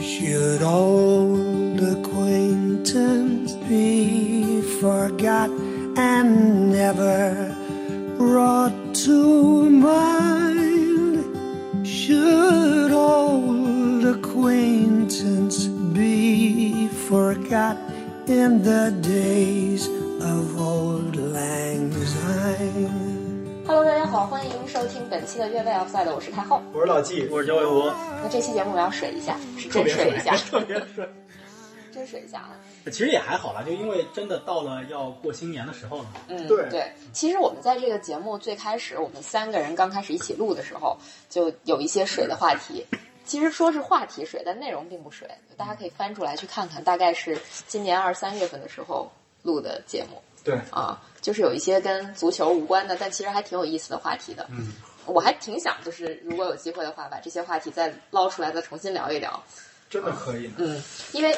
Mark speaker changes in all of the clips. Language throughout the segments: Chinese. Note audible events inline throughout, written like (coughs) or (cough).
Speaker 1: Should old acquaintance be forgot and never brought to mind? Should old acquaintance be forgot in the days of old Lang Syne?
Speaker 2: Hello，大家好，欢迎收听本期的越位 Offside，我是太后。
Speaker 3: 我是老纪，我是焦卫国，
Speaker 2: 那这期节目我要水一下，是
Speaker 3: 特
Speaker 2: 真
Speaker 3: 别
Speaker 2: 水一下，
Speaker 3: 特别帅。
Speaker 2: 真水一下啊。
Speaker 3: (laughs) 其实也还好啦，就因为真的到了要过新年的时候了。
Speaker 2: 嗯，
Speaker 3: 对
Speaker 2: 其实我们在这个节目最开始，我们三个人刚开始一起录的时候，就有一些水的话题。其实说是话题水，但内容并不水，大家可以翻出来去看看，大概是今年二三月份的时候录的节目
Speaker 3: 对，
Speaker 2: 啊，就是有一些跟足球无关的，但其实还挺有意思的话题的。
Speaker 3: 嗯，
Speaker 2: 我还挺想，就是如果有机会的话，把这些话题再捞出来，再重新聊一聊。
Speaker 3: 真的可以呢。
Speaker 2: 嗯，因为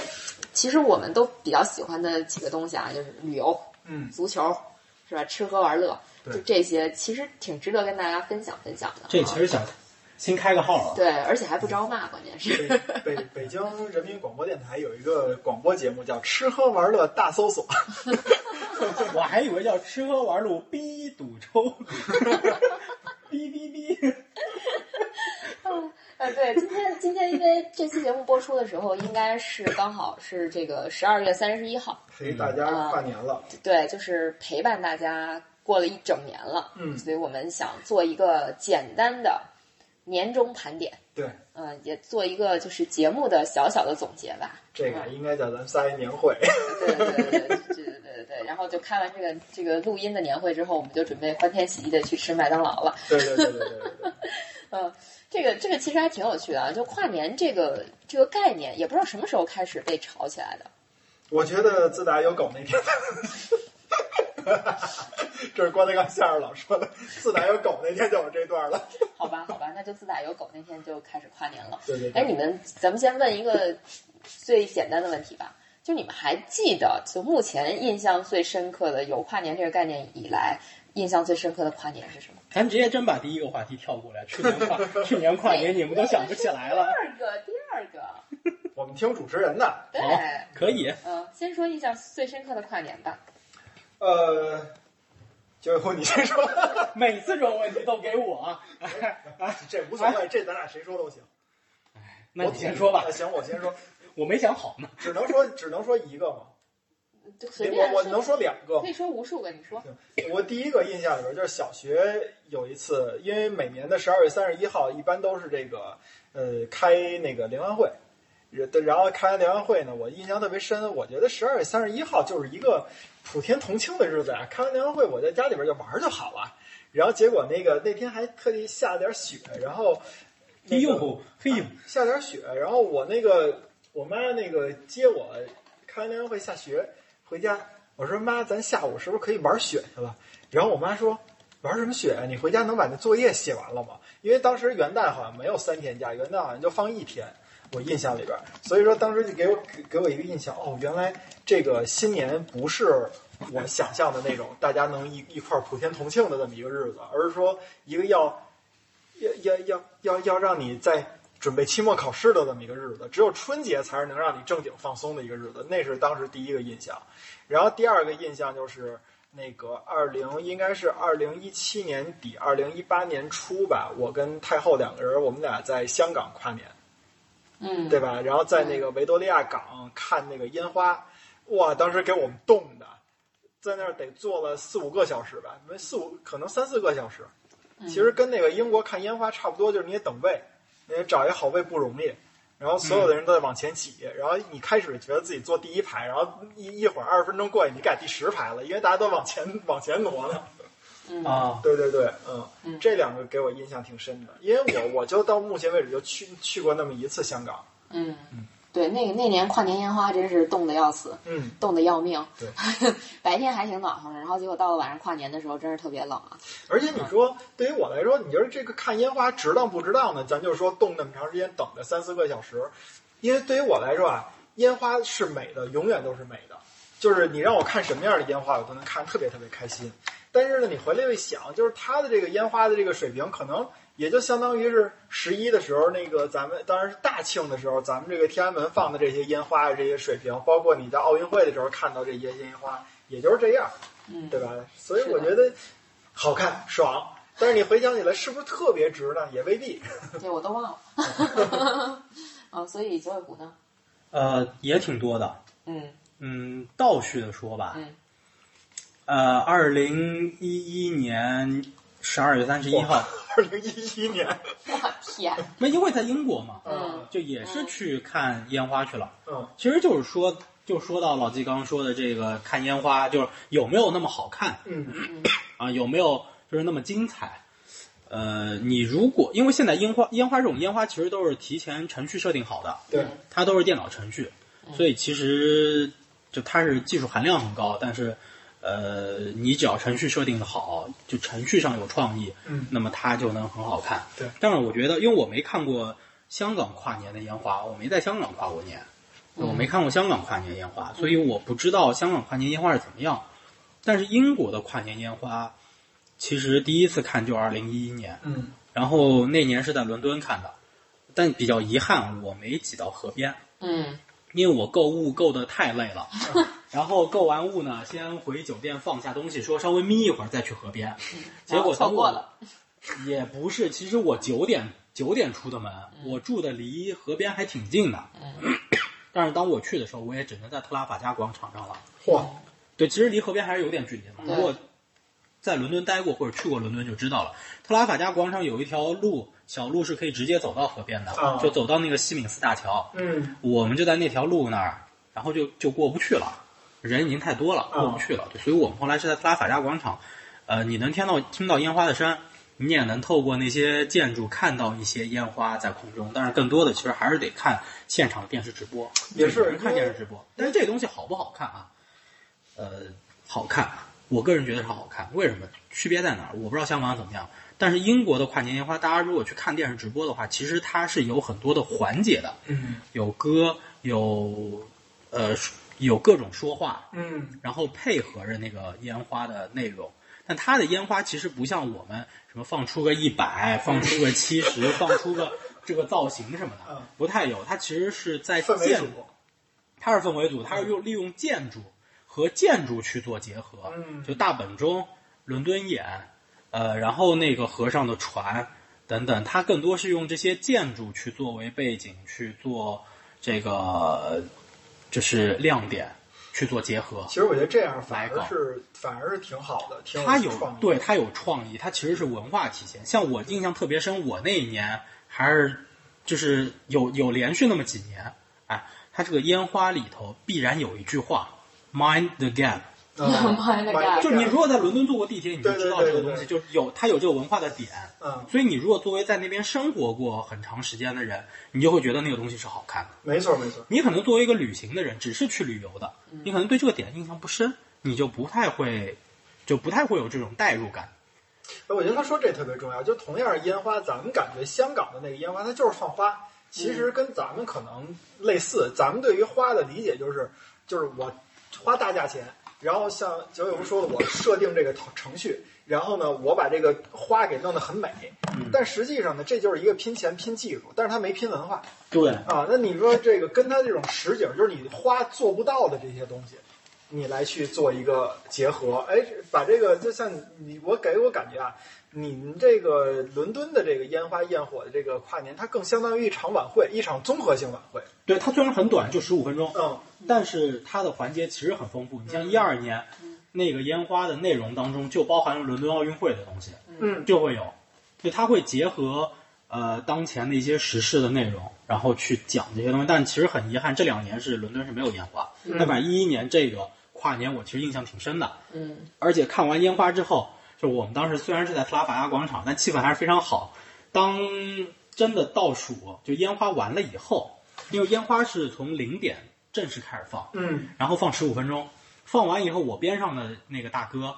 Speaker 2: 其实我们都比较喜欢的几个东西啊，就是旅游、
Speaker 3: 嗯，
Speaker 2: 足球，是吧？吃喝玩乐，
Speaker 3: 对
Speaker 2: 就这些，其实挺值得跟大家分享分享的啊。
Speaker 3: 这其实想新开个号啊 (laughs) 了。
Speaker 2: 对，而且还不招骂，关键是。
Speaker 4: 北北北京人民广播电台有一个广播节目叫《吃喝玩乐大搜
Speaker 3: (laughs)
Speaker 4: 索》，
Speaker 3: 我还以为叫吃喝玩乐逼赌抽， (laughs) 逼逼逼。
Speaker 2: (laughs) 呃，对，今天今天因为这期节目播出的时候，应该是刚好是这个十二月三十一号，
Speaker 4: 陪大家
Speaker 3: 嗯
Speaker 4: 跨年了。
Speaker 2: 对，就是陪伴大家过了一整年了，
Speaker 4: 嗯
Speaker 2: 所以我们想做一个简单的年终盘点，
Speaker 4: 对，
Speaker 2: 嗯、也做一个就是节目的小小的总结吧，
Speaker 4: 这
Speaker 3: 嗯
Speaker 4: 个应该叫咱仨一年会。
Speaker 2: 对对对对对对对对。然后就开完这个这个录音的年会之后，我们就准备欢天喜地的去吃麦当劳了。
Speaker 4: 对对对对对对，
Speaker 2: 嗯，这个这个其实还挺有趣的啊，就跨年这个这个概念，也不知道什么时候开始被炒起来的。
Speaker 4: 我觉得自打有狗那天， (laughs) 这是郭德纲相声老说的，自打有狗那天就有这段了。
Speaker 2: 好吧，好吧，那就自打有狗那天就开始跨年了。
Speaker 4: 对对
Speaker 2: 哎，
Speaker 4: 对，
Speaker 2: 你们，咱们先问一个最简单的问题吧，就你们还记得，就目前印象最深刻的有跨年这个概念以来，印象最深刻的跨年是什么？
Speaker 3: 咱直接真把第一个话题跳过来，去年 (laughs) 跨去年跨年你们都想不起来了。
Speaker 2: 第二个，第二个，
Speaker 4: 我们听主持人的。
Speaker 2: 对。
Speaker 3: 好，可以。
Speaker 2: 嗯，先说印象最深刻的跨年吧。
Speaker 4: 呃，就你先说，
Speaker 3: 每次这种问题都给我，啊
Speaker 4: 这无所谓，这咱俩谁说都行。
Speaker 3: 哎那你先说吧
Speaker 4: 那，行，我先说，
Speaker 3: 我没想好呢。
Speaker 4: 只能说只能说一个嘛。
Speaker 2: 就随便
Speaker 4: 我我能说两个吗
Speaker 2: 可以说无数个，你说。
Speaker 4: 我第一个印象里边就是小学有一次，因为每年的十二月三十一号一般都是这个呃开那个联欢会，然然后开完联欢会呢，我印象特别深，我觉得十二月三十一号就是一个普天同庆的日子啊。开完联欢会，我在家里边就玩儿就好了。然后结果那个那天还特地下了点雪，然后
Speaker 3: 哎
Speaker 4: 那个
Speaker 3: 呦，嘿呦，
Speaker 4: 下点雪，然后我那个我妈那个接我，开完联欢会下学回家，我说妈，咱下午是不是可以玩雪去了？然后我妈说玩什么雪啊？你回家能把那作业写完了吗？因为当时元旦好像没有三天假，元旦好像就放一天。我印象里边，所以说当时就给我给给我一个印象，哦，原来这个新年不是我想象的那种大家能一一块儿普天同庆的这么一个日子，而是说一个要要要要要要让你在准备期末考试的这么一个日子，只有春节才是能让你正经放松的一个日子，那是当时第一个印象。然后第二个印象就是那个二零，应该是二零一七年底，二零一八年初吧，我跟太后两个人，我们俩在香港跨年。
Speaker 2: 嗯，
Speaker 4: 对吧？然后在那个维多利亚港看那个烟花，哇，当时给我们冻的，在那儿得坐了四五个小时吧，没四五可能三四个小时，
Speaker 2: 嗯
Speaker 4: 其实跟那个英国看烟花差不多，就是你也等位，你也找一好位不容易。然后所有的人都在往前挤，然后你开始觉得自己坐第一排，然后一一会儿二十分钟过去，你改第十排了，因为大家都往前往前挪了。
Speaker 2: 嗯，
Speaker 3: 啊，
Speaker 4: 对对对，嗯，
Speaker 2: 嗯
Speaker 4: 这两个给我印象挺深的，因为我我就到目前为止就去去过那么一次香港，
Speaker 2: 嗯，对，那个那年跨年烟花真是冻得要死，
Speaker 4: 嗯，
Speaker 2: 冻得要命。
Speaker 4: 对，
Speaker 2: (laughs) 白天还挺暖和的，然后结果到了晚上跨年的时候，真是特别冷啊。
Speaker 4: 而且你说，对于我来说，你觉得这个看烟花值当不值当呢？咱就说冻那么长时间，等着三四个小时，因为对于我来说啊，烟花是美的，永远都是美的。就是你让我看什么样的烟花，我都能看得特别特别开心。但是呢，你回来又一想，就是它的这个烟花的这个水平，可能也就相当于是十一的时候那个咱们，当然是大庆的时候，咱们这个天安门放的这些烟花啊的这些水平，包括你在奥运会的时候看到这些烟花，也就是这样，
Speaker 2: 嗯
Speaker 4: 对吧？所以
Speaker 2: 是的
Speaker 4: 我觉得好看爽，但是你回想起来是不是特别值呢？也未必。
Speaker 2: 对我都忘了。 (laughs) 啊，所以九尾狐呢？
Speaker 3: 呃，也挺多的。
Speaker 2: 嗯
Speaker 3: 嗯，倒叙的说吧，
Speaker 2: 嗯，
Speaker 3: 呃，二零一一年十二月三十一号，
Speaker 4: 二零一一年，
Speaker 2: 我天，
Speaker 3: 那因为在英国嘛，
Speaker 2: 嗯
Speaker 3: 就也是去看烟花去了。
Speaker 4: 嗯
Speaker 3: 其实就是说，就说到老纪刚刚说的这个看烟花，就是有没有那么好看
Speaker 4: 嗯
Speaker 3: 啊？有没有就是那么精彩？呃，你如果因为现在烟花烟花这种烟花其实都是提前程序设定好的，
Speaker 4: 对，
Speaker 3: 它都是电脑程序，
Speaker 4: 嗯
Speaker 3: 所以其实就它是技术含量很高，但是呃，你只要程序设定的好，就程序上有创意，
Speaker 4: 嗯
Speaker 3: 那么它就能很好看。
Speaker 4: 对
Speaker 3: 但是我觉得，因为我没看过香港跨年的烟花，我没在香港跨过年，
Speaker 4: 嗯
Speaker 3: 我没看过香港跨年烟花，所以我不知道香港跨年烟花是怎么样。但是英国的跨年烟花，其实第一次看就二零一一年，
Speaker 4: 嗯
Speaker 3: 然后那年是在伦敦看的，但比较遗憾我没挤到河边，
Speaker 2: 嗯
Speaker 3: 因为我购物购的太累
Speaker 2: (laughs)
Speaker 3: 了。然后购完物呢，先回酒店放下东西，说稍微眯一会儿再去河边。结
Speaker 2: 然后嗯
Speaker 3: 果
Speaker 2: 啊错
Speaker 3: 等
Speaker 2: 过
Speaker 3: 我
Speaker 2: 了，
Speaker 3: (laughs) 也不是，其实我九点九点出的门，
Speaker 2: 嗯
Speaker 3: 我住的离河边还挺近的。 (coughs) 但是当我去的时候，我也只能在特拉法加广场上了。
Speaker 4: 嚯，
Speaker 3: 对，其实离河边还是有点距离的。
Speaker 2: 对
Speaker 3: 如果在伦敦待过或者去过伦敦就知道了，特拉法加广场有一条路，小路是可以直接走到河边的，
Speaker 4: 啊
Speaker 3: 就走到那个西敏寺大桥。
Speaker 4: 嗯
Speaker 3: 我们就在那条路那儿，然后就就过不去了，人已经太多了，
Speaker 4: 嗯
Speaker 3: 过不去了。对，所以我们后来是在特拉法加广场，呃，你能听到听到烟花的声，你也能透过那些建筑看到一些烟花在空中，但是更多的其实还是得看现场的电视直播，
Speaker 4: 也是
Speaker 3: 就只能看电视直播。但是这东西好不好看啊？呃，好看，我个人觉得是好看。为什么？区别在哪儿？我不知道香港怎么样。但是英国的跨年烟花，大家如果去看电视直播的话，其实它是有很多的环节的。
Speaker 4: 嗯
Speaker 3: 有歌，有呃有各种说话，
Speaker 4: 嗯
Speaker 3: 然后配合着那个烟花的内容。但它的烟花其实不像我们什么放出个一百，放出个七十，放出个这个造型什么的
Speaker 4: 嗯，
Speaker 3: 不太有。它其实是在
Speaker 4: 氛围
Speaker 3: 建
Speaker 4: 组，
Speaker 3: 它是氛围组，它是用利用建筑和建筑去做结合，
Speaker 4: 嗯
Speaker 3: 就大本钟、伦敦眼，呃，然后那个河上的船等等，它更多是用这些建筑去作为背景去做这个就是亮点去做结合
Speaker 4: 其。实我觉得这样反
Speaker 3: 来搞
Speaker 4: 而是反而是挺好的，挺
Speaker 3: 它有
Speaker 4: 创意。
Speaker 3: 对它有创意，它其实是文化体现。像我印象特别深，我那一年还是就是有有连续那么几年，哎，它这个烟花里头必然有一句话，mind the gap，
Speaker 4: 嗯
Speaker 2: My God
Speaker 4: 买
Speaker 3: 就是你如果在伦敦坐过地铁，你就
Speaker 4: 对对
Speaker 3: 知道这个
Speaker 4: 对
Speaker 3: 东西，
Speaker 4: 对
Speaker 3: 就是有它有这个文化的点。
Speaker 4: 嗯，
Speaker 3: 所以你如果作为在那边生活过很长时间的人，你就会觉得那个东西是好看的。
Speaker 4: 没错没错，
Speaker 3: 你可能作为一个旅行的人，只是去旅游的，
Speaker 4: 嗯
Speaker 3: 你可能对这个点印象不深，你就不太会，就不太会有这种代入感。
Speaker 4: 哎我觉得他说这特别重要。就同样是烟花，咱们感觉香港的那个烟花，它就是放花，其实跟咱们可能类似。咱们对于花的理解就是，就是我花大价钱，然后像九尾狐说的，我设定这个程序，然后呢，我把这个花给弄得很美。但实际上呢，这就是一个拼钱拼技术，但是他没拼文化。
Speaker 3: 对，
Speaker 4: 啊，那你说这个跟它这种实景，就是你花做不到的这些东西，你来去做一个结合，哎，把这个就像你，我给我感觉啊，你们这个伦敦的这个烟花焰火的这个跨年，它更相当于一场晚会，一场综合性晚会。
Speaker 3: 对，它虽然很短，就十五分钟，
Speaker 4: 嗯，
Speaker 3: 但是它的环节其实很丰富。你像一二年那个烟花的内容当中，就包含了伦敦奥运会的东西。
Speaker 4: 嗯
Speaker 3: 就会有，就它会结合呃当前的一些时事的内容，然后去讲这些东西。但其实很遗憾，这两年是伦敦是没有烟花。那反正一一年这个跨年，我其实印象挺深的。
Speaker 2: 嗯，
Speaker 3: 而且看完烟花之后，就我们当时虽然是在特拉法加广场，但气氛还是非常好。当真的倒数，就烟花完了以后，因为烟花是从零点正式开始放，
Speaker 4: 嗯，
Speaker 3: 然后放十五分钟，放完以后，我边上的那个大哥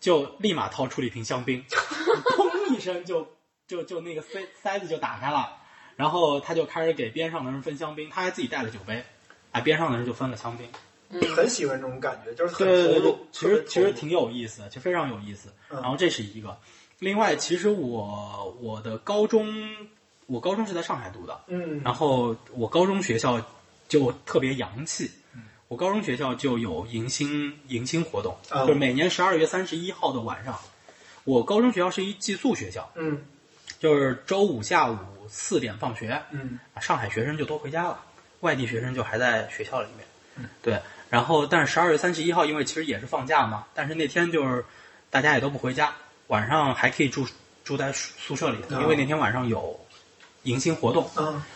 Speaker 3: 就立马掏出了一瓶香槟，砰一声就就就那个塞塞子就打开了，然后他就开始给边上的人分香槟，他还自己带了酒杯，哎，边上的人就分了香槟，
Speaker 4: 嗯很喜欢这种感觉，就是很
Speaker 3: 对
Speaker 4: 投
Speaker 3: 对对
Speaker 4: 入，，
Speaker 3: 其
Speaker 4: 特别
Speaker 3: 实
Speaker 4: 投
Speaker 3: 其实
Speaker 4: 入
Speaker 3: 挺有意思的，就非常有意思。
Speaker 4: 嗯
Speaker 3: 然后这是一个，另外其实我我的高中，我高中是在上海读的，
Speaker 4: 嗯
Speaker 3: 然后我高中学校就特别洋气，
Speaker 4: 嗯
Speaker 3: 我高中学校就有迎新迎新活动，
Speaker 4: 啊
Speaker 3: 就是每年十二月三十一号的晚上。我高中学校是一寄宿学校，
Speaker 4: 嗯
Speaker 3: 就是周五下午四点放学，
Speaker 4: 嗯
Speaker 3: 啊上海学生就都回家了，外地学生就还在学校里面。对，然后但是十二月三十一号，因为其实也是放假嘛，但是那天就是大家也都不回家，晚上还可以住住在宿宿舍里头，因为那天晚上有迎新活动，
Speaker 4: 啊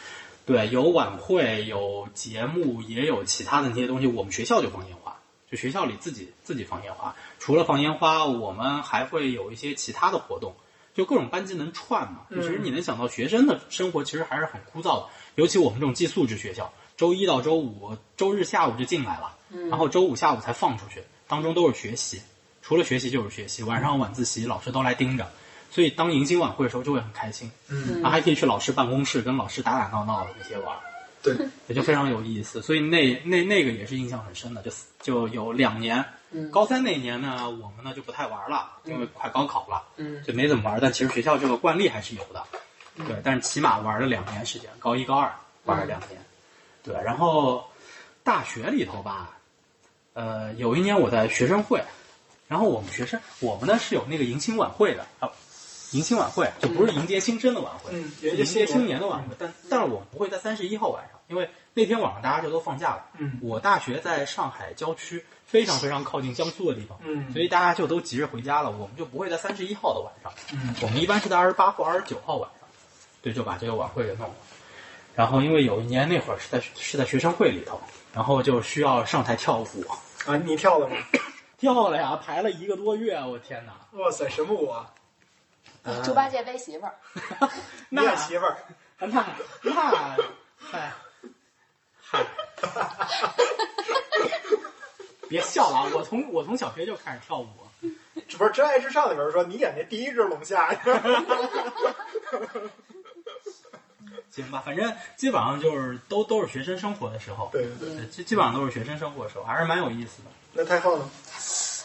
Speaker 3: 对，有晚会，有节目，也有其他的那些东西。我们学校就放烟花，就学校里自己自己放烟花。除了放烟花，我们还会有一些其他的活动，就各种班级能串嘛。就其实你能想到，学生的生活其实还是很枯燥的，尤其我们这种寄宿制学校，周一到周五，周日下午就进来了，然后周五下午才放出去，当中都是学习，除了学习就是学习，晚上晚自习老师都来盯着，所以当迎新晚会的时候就会很开心。
Speaker 4: 嗯，
Speaker 3: 然后还可以去老师办公室跟老师打打闹闹的那些玩儿，
Speaker 4: 对，
Speaker 3: 也就非常有意思。所以那那那个也是印象很深的，就就有两年。高三那年呢，我们呢就不太玩了，因为快高考了，
Speaker 2: 嗯
Speaker 3: 就没怎么玩。但其实学校这个惯例还是有的，对。但是起码玩了两年时间，高一高二玩了两年，对。然后大学里头吧，呃，有一年我在学生会，然后我们学生我们呢是有那个迎新晚会的啊，迎新晚会就不是迎接新生的晚会，
Speaker 4: 嗯
Speaker 3: 迎接
Speaker 4: 迎接
Speaker 3: 新
Speaker 4: 新年
Speaker 3: 年的晚会，但但是我们不会在三十一号晚上，因为那天晚上大家就都放假了。
Speaker 4: 嗯
Speaker 3: 我大学在上海郊区，非常非常靠近江苏的地方，
Speaker 4: 嗯
Speaker 3: 所以大家就都急着回家了，我们就不会在三十一号的晚上，
Speaker 4: 嗯
Speaker 3: 我们一般是在二十八或二十九号晚上，对，就把这个晚会给弄了。然后因为有一年那会儿是在是在学生会里头，然后就需要上台跳舞，
Speaker 4: 啊，你跳了吗？
Speaker 3: 跳了呀，排了一个多月，啊我 (laughs) 天哪！
Speaker 4: 哇塞，什么舞啊？
Speaker 2: 猪八戒背媳妇儿， (laughs)
Speaker 3: 那
Speaker 4: 你俩媳妇儿，
Speaker 3: 那那，哎嗨， (laughs) 嗨，别笑了啊！我从我从小学就开始跳舞，
Speaker 4: 这不是《真爱至上》里边说你演那第一只龙虾，
Speaker 3: 行吧，反正基本上就是都都是学生生活的时候，
Speaker 4: 对对对，
Speaker 3: 基基本上都是学生生活的时候，还是蛮有意思的。
Speaker 4: 那太后呢？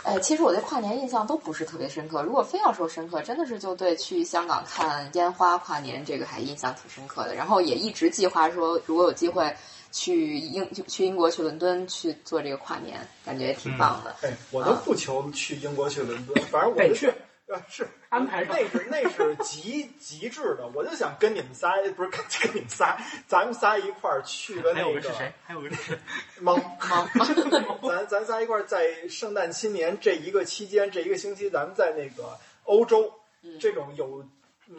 Speaker 2: 哎，其实我对跨年印象都不是特别深刻。如果非要说深刻，真的是就对去香港看烟花跨年这个还印象挺深刻的。然后也一直计划说，如果有机会去英去英国去伦敦去做这个跨年，感觉也挺棒的。
Speaker 4: 哎，我都不求去英国去伦敦，反正我
Speaker 3: 得
Speaker 4: 就
Speaker 3: 啊哎去。
Speaker 4: (laughs) 啊，是
Speaker 3: 安排上
Speaker 4: 那是那是极 (laughs) 极致的，我就想跟你们仨，不是跟跟你们仨，咱们仨一块儿去了
Speaker 3: 还
Speaker 4: 那
Speaker 3: 有个
Speaker 4: 个
Speaker 3: 是谁？还有个是谁？ (laughs)
Speaker 4: 猫，
Speaker 2: 好
Speaker 4: (laughs) 咱咱仨一块儿在圣诞新年这一个期间，这一个星期，咱们在那个欧洲，
Speaker 3: 嗯
Speaker 4: 这种有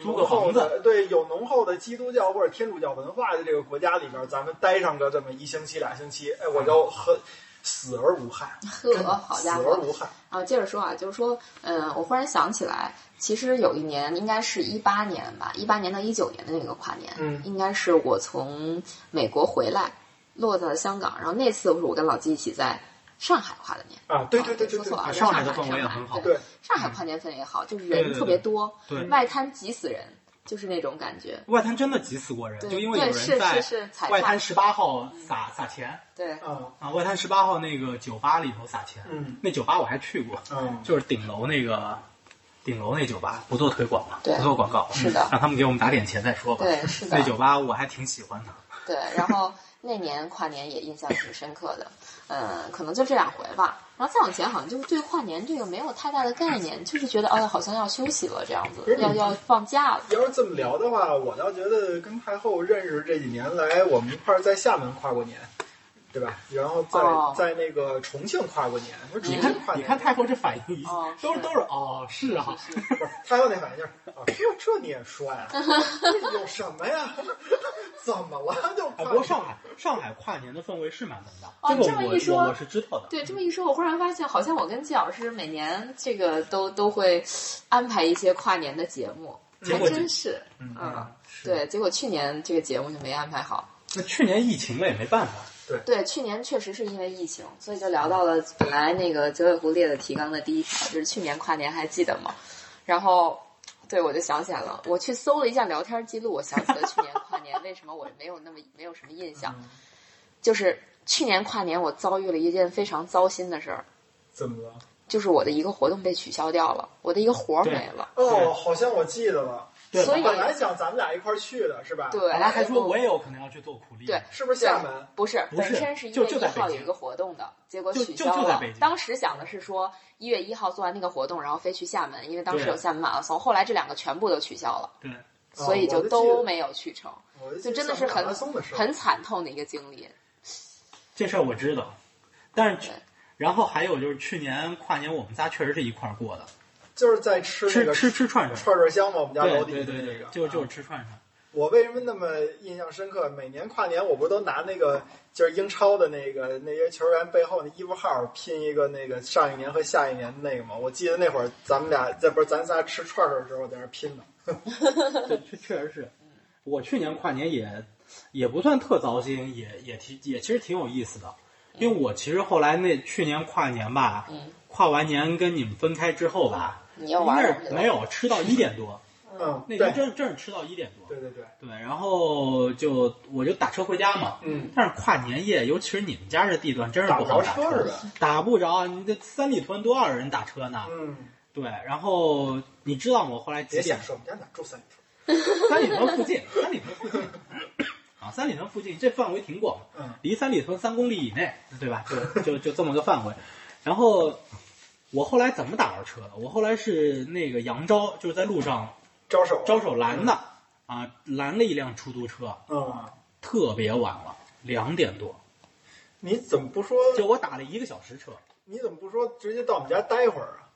Speaker 3: 租
Speaker 4: 浓
Speaker 3: 个
Speaker 4: 厚
Speaker 3: 房子
Speaker 4: 的对有浓厚的基督教或者天主教文化的这个国家里边儿，咱们待上个这么一星期俩星期，哎，
Speaker 3: 嗯
Speaker 4: 我就很死而无憾，
Speaker 2: 呵，好
Speaker 4: 哎死
Speaker 2: 家
Speaker 4: 而
Speaker 2: 伙！
Speaker 4: 无憾。
Speaker 2: 然后接着说啊，就是说，嗯，我忽然想起来，其实有一年应该是一八年吧，一八年到一九年的那个跨年，
Speaker 4: 嗯
Speaker 2: 应该是我从美国回来，落在了香港。然后那次是我跟老纪一起在上海跨的年，
Speaker 4: 啊，对对对对
Speaker 2: 说错
Speaker 4: 对
Speaker 2: 了，
Speaker 3: 啊
Speaker 2: 在
Speaker 3: 上海
Speaker 2: 海
Speaker 3: 的
Speaker 2: 上
Speaker 3: 氛围也很好
Speaker 4: 对，
Speaker 2: 上海跨年氛围也好，就是
Speaker 3: 对对
Speaker 2: 人
Speaker 3: 对
Speaker 2: 特别多，
Speaker 3: 对
Speaker 2: 外滩挤死人，就是那种感觉。
Speaker 3: 外滩真的急死过人，
Speaker 2: 对
Speaker 3: 就因为有
Speaker 2: 对是
Speaker 3: 人
Speaker 2: 是
Speaker 3: 在
Speaker 2: 是踩
Speaker 3: 外滩
Speaker 2: 踏
Speaker 3: 十八号撒撒钱
Speaker 2: 对，
Speaker 4: 啊，
Speaker 3: 啊，外滩十八号那个酒吧里头撒钱。
Speaker 4: 嗯
Speaker 3: 那酒吧我还去过，
Speaker 4: 嗯，
Speaker 3: 就是顶楼那个顶楼那酒吧，不做推广了，
Speaker 2: 对
Speaker 3: 不做广告，
Speaker 2: 是的
Speaker 3: 让他们给我们打点钱再说吧。
Speaker 2: 对是的
Speaker 3: 那酒吧我还挺喜欢的。
Speaker 2: 对，然后那年跨年也印象挺深刻的，呃，可能就这两回吧。然后再往前，好像就是对跨年这个没有太大的概念，就是觉得哦，好像要休息了这样子，要要放假了。
Speaker 4: 要是这么聊的话，我倒觉得跟太后认识这几年来，我们一块儿在厦门跨过年，对吧？然后在、
Speaker 2: 哦
Speaker 4: 在那个重庆跨过年，说重
Speaker 3: 你
Speaker 4: 庆
Speaker 3: 看
Speaker 4: 跨，
Speaker 3: 你
Speaker 4: 年，
Speaker 3: 看太后这反应一下
Speaker 2: 嗯哦，
Speaker 3: 都是
Speaker 2: 是
Speaker 3: 都是哦，是啊，
Speaker 4: 不是太后那反应就是啊，这这你也说呀？这有什么呀？ (laughs) 怎么了？就
Speaker 3: 哎，
Speaker 4: 跨
Speaker 3: 不过上海上海跨年的氛围是蛮浓的，
Speaker 2: 哦
Speaker 3: 这
Speaker 2: 这
Speaker 3: 个
Speaker 2: 么
Speaker 3: 我
Speaker 2: 一说
Speaker 3: 我我是知道的。
Speaker 2: 对，这么一说，我忽然发现，好像我跟季老师每年这个都都会安排一些跨年的节目，
Speaker 3: 结
Speaker 2: 还
Speaker 3: 果
Speaker 2: 真是，
Speaker 4: 嗯
Speaker 2: 嗯，
Speaker 3: 是
Speaker 2: 对。结果去年这个节目就没安排好。
Speaker 3: 那去年疫情了也没办法，
Speaker 2: 对，去年确实是因为疫情，所以就聊到了本来那个九尾狐列的提纲的第一条，就是去年跨年还记得吗？然后，对我就想起来了，我去搜了一下聊
Speaker 3: 嗯
Speaker 2: 天记录，我想起了去年跨年为什么我没有那么没有什么印象，就是去年跨年我遭遇了一件非常糟心的事儿，
Speaker 4: 怎么了？
Speaker 2: 就是我的一个活动被取消掉了，我的一个活儿没了。
Speaker 4: 哦，好像我记得了。
Speaker 3: 对
Speaker 2: 所以
Speaker 4: 本来想咱们俩一块儿去的是吧？
Speaker 2: 对，
Speaker 3: 本来还说我
Speaker 2: 也
Speaker 3: 也有可能要去做苦力，
Speaker 2: 对
Speaker 4: 是不是厦门？
Speaker 2: 不是，
Speaker 3: 不是
Speaker 2: 本身是一
Speaker 3: 就
Speaker 2: 月
Speaker 3: 就
Speaker 2: 一
Speaker 3: 在北
Speaker 2: 号有
Speaker 3: 京
Speaker 2: 一个活动的，结果
Speaker 3: 就
Speaker 2: 取
Speaker 3: 就
Speaker 2: 消
Speaker 3: 就在
Speaker 2: 了
Speaker 3: 北京。
Speaker 2: 当时想的是说一月一号做完那个活动，然后飞去厦门，因为当时
Speaker 3: 对
Speaker 2: 有厦门马拉松。后来这两个全部都取消了，
Speaker 3: 对，
Speaker 4: 哦
Speaker 2: 所以就都没有去成，
Speaker 4: 我
Speaker 2: 就真的是很
Speaker 4: 马拉松的时候
Speaker 2: 很惨痛的一个经历。
Speaker 3: 这事儿我知道。但是
Speaker 2: 对，
Speaker 3: 然后还有就是去年跨年我们仨确实是一块儿过的，
Speaker 4: 就是在吃那
Speaker 3: 吃
Speaker 4: 个
Speaker 3: 吃吃串串，
Speaker 4: (laughs) 串串香嘛，我们家
Speaker 3: 对
Speaker 4: 楼底
Speaker 3: 对
Speaker 4: 的
Speaker 3: 对
Speaker 4: 那
Speaker 3: 对
Speaker 4: 个，，
Speaker 3: 就
Speaker 4: 啊
Speaker 3: 就是吃串串。
Speaker 2: (laughs)
Speaker 4: 我为什么那么印象深刻？每年跨年，我不都拿那个就是英超的那个那些球员背后那衣服号拼一个那个上一年和下一年的那个吗？我记得那会儿咱们俩在不是咱仨吃串串的时候在那儿拼的。
Speaker 3: 对，确确实是。我去年跨年也也不算特糟心，也也挺也其实挺有意思的，因为我其实后来那去年跨年吧，
Speaker 2: 嗯
Speaker 3: 跨完年跟你们分开之后吧，
Speaker 2: 你又玩
Speaker 3: 那
Speaker 2: 儿
Speaker 3: 没有吃到一点
Speaker 4: (laughs)
Speaker 3: 多，
Speaker 4: 嗯，
Speaker 3: 那
Speaker 4: 对
Speaker 3: 天真真是吃到一点多，
Speaker 4: 对对对，
Speaker 3: 对，然后就我就打车回家嘛。
Speaker 4: 嗯，
Speaker 3: 但是跨年夜，尤其是你们家这地段，真是
Speaker 4: 打
Speaker 3: 不
Speaker 4: 不
Speaker 3: 好
Speaker 4: 着
Speaker 3: 打
Speaker 4: 车是吧？
Speaker 3: 打不着，啊你这三里屯多少人打车呢？
Speaker 4: 嗯，
Speaker 3: 对，然后你知道我后来几
Speaker 4: 别
Speaker 3: 点
Speaker 4: 瞎？说，我们家哪住三里屯？
Speaker 3: 三里屯附近，三里屯附近啊，三里屯附近这范围挺广，
Speaker 4: 嗯，
Speaker 3: 离三里屯三公里以内，对吧？就就就这么个范围。然后我后来怎么打着车的？我后来是那个扬州，就是在路上
Speaker 4: 招手，
Speaker 3: 招手拦的啊，拦了一辆出租车，
Speaker 4: 嗯，
Speaker 3: 特别晚了，两点多，
Speaker 4: 你怎么不说？
Speaker 3: 就我打了一个小时车。
Speaker 4: 你怎么不说直接到我们家待会儿啊？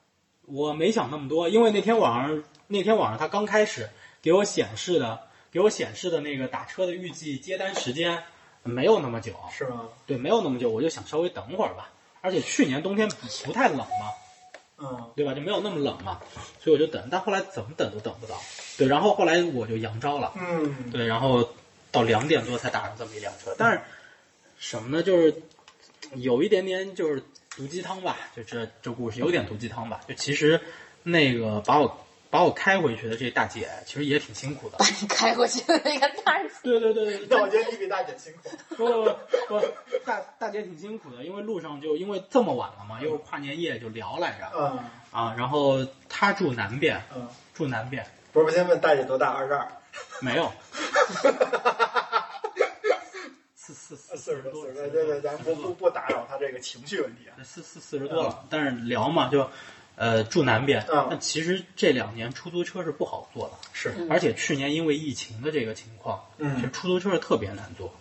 Speaker 3: 我没想那么多，因为那天晚上那天晚上他刚开始给我显示的给我显示的那个打车的预计接单时间没有那么久，
Speaker 4: 是吗？
Speaker 3: 对，没有那么久，我就想稍微等会儿吧。而且去年冬天不不太冷嘛，
Speaker 4: 嗯，
Speaker 3: 对吧？就没有那么冷嘛，所以我就等。但后来怎么等都等不到，对。然后后来我就扬招了，
Speaker 4: 嗯，
Speaker 3: 对，然后到两点多才打上这么一辆车。但是什么呢？就是有一点点就是毒鸡汤吧，就这这故事有点毒鸡汤吧。就其实那个把我把我开回去的这大姐，其实也挺辛苦的
Speaker 2: 把。你开过去的那个大 (laughs) 人，
Speaker 3: (laughs) 对对对对，
Speaker 4: 那我觉得你比大姐辛苦。
Speaker 3: 不不不，不大大姐挺辛苦的，因为路上就因为这么晚了嘛，又是跨年夜就聊来着
Speaker 4: 嗯
Speaker 3: 啊。然后她住南边，
Speaker 4: 嗯，
Speaker 3: 住南边
Speaker 4: 不是，我先问大姐多大？二十二。
Speaker 3: 没有四四四
Speaker 4: (laughs) 四十
Speaker 3: 十
Speaker 4: 多，
Speaker 3: 多，
Speaker 4: 对对对，咱不不不打扰他这个情绪问题啊。
Speaker 3: 四四四十多了，但是聊嘛就。呃，住南边，
Speaker 4: 嗯
Speaker 3: 但其实这两年出租车是不好做的，
Speaker 4: 是
Speaker 2: 嗯
Speaker 3: 而且去年因为疫情的这个情况，其实
Speaker 4: 嗯
Speaker 3: 出租车是特别难做，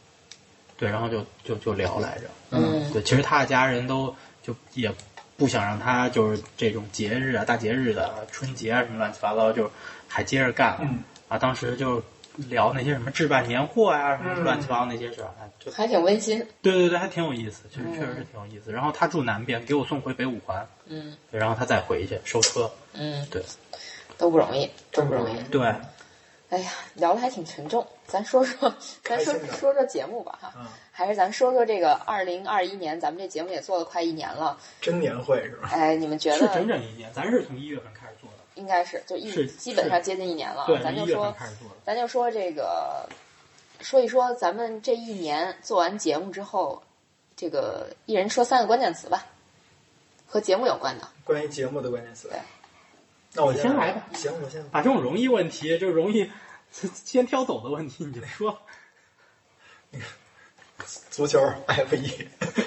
Speaker 3: 对，然后就就就聊来着，
Speaker 2: 嗯
Speaker 3: 对，其实他的家人都就也不想让他就是这种节日啊、大节日的春节啊什么乱七八糟，就还接着干了、
Speaker 4: 嗯
Speaker 3: 啊。当时就聊那些什么置办年货啊、什
Speaker 4: 嗯
Speaker 3: 么乱七八糟那些事儿，哎就
Speaker 2: 还挺温馨。
Speaker 3: 对对对，还挺有意思，确实
Speaker 2: 嗯
Speaker 3: 确实是挺有意思。然后他住南边，给我送回北五环，
Speaker 2: 嗯
Speaker 3: 对然后他再回去收车，
Speaker 2: 嗯，
Speaker 3: 对
Speaker 2: 都不容易，都不容易。
Speaker 3: 对。
Speaker 2: 哎呀，聊的还挺沉重，咱说
Speaker 3: (laughs)
Speaker 2: 说，咱说
Speaker 4: 开心的
Speaker 2: 说说节目吧哈，
Speaker 4: 嗯，
Speaker 2: 还是咱说说这个二零二一年，咱们这节目也做了快一年了，
Speaker 4: 真年会是吧？
Speaker 2: 哎，你们觉
Speaker 3: 是整
Speaker 2: 得
Speaker 3: 整一年，咱是从一月份开始做的，
Speaker 2: 应该是就一
Speaker 3: 是
Speaker 2: 基本上接近一年了啊
Speaker 3: 对，，
Speaker 2: 咱
Speaker 3: 从
Speaker 2: 就
Speaker 3: 一月
Speaker 2: 说
Speaker 3: 份开始做的。
Speaker 2: 咱就说这个，说一说咱们这一年做完节目之后，这个一人说三个关键词吧，和节目有关的。
Speaker 4: 关于节目的关键词
Speaker 2: 对。
Speaker 4: 那我
Speaker 3: 你先来吧。
Speaker 4: 行，我先来。
Speaker 3: 把这种容易问题，就容易先挑走的问题，你就说。
Speaker 4: 足球 F 一。 (laughs) 不是，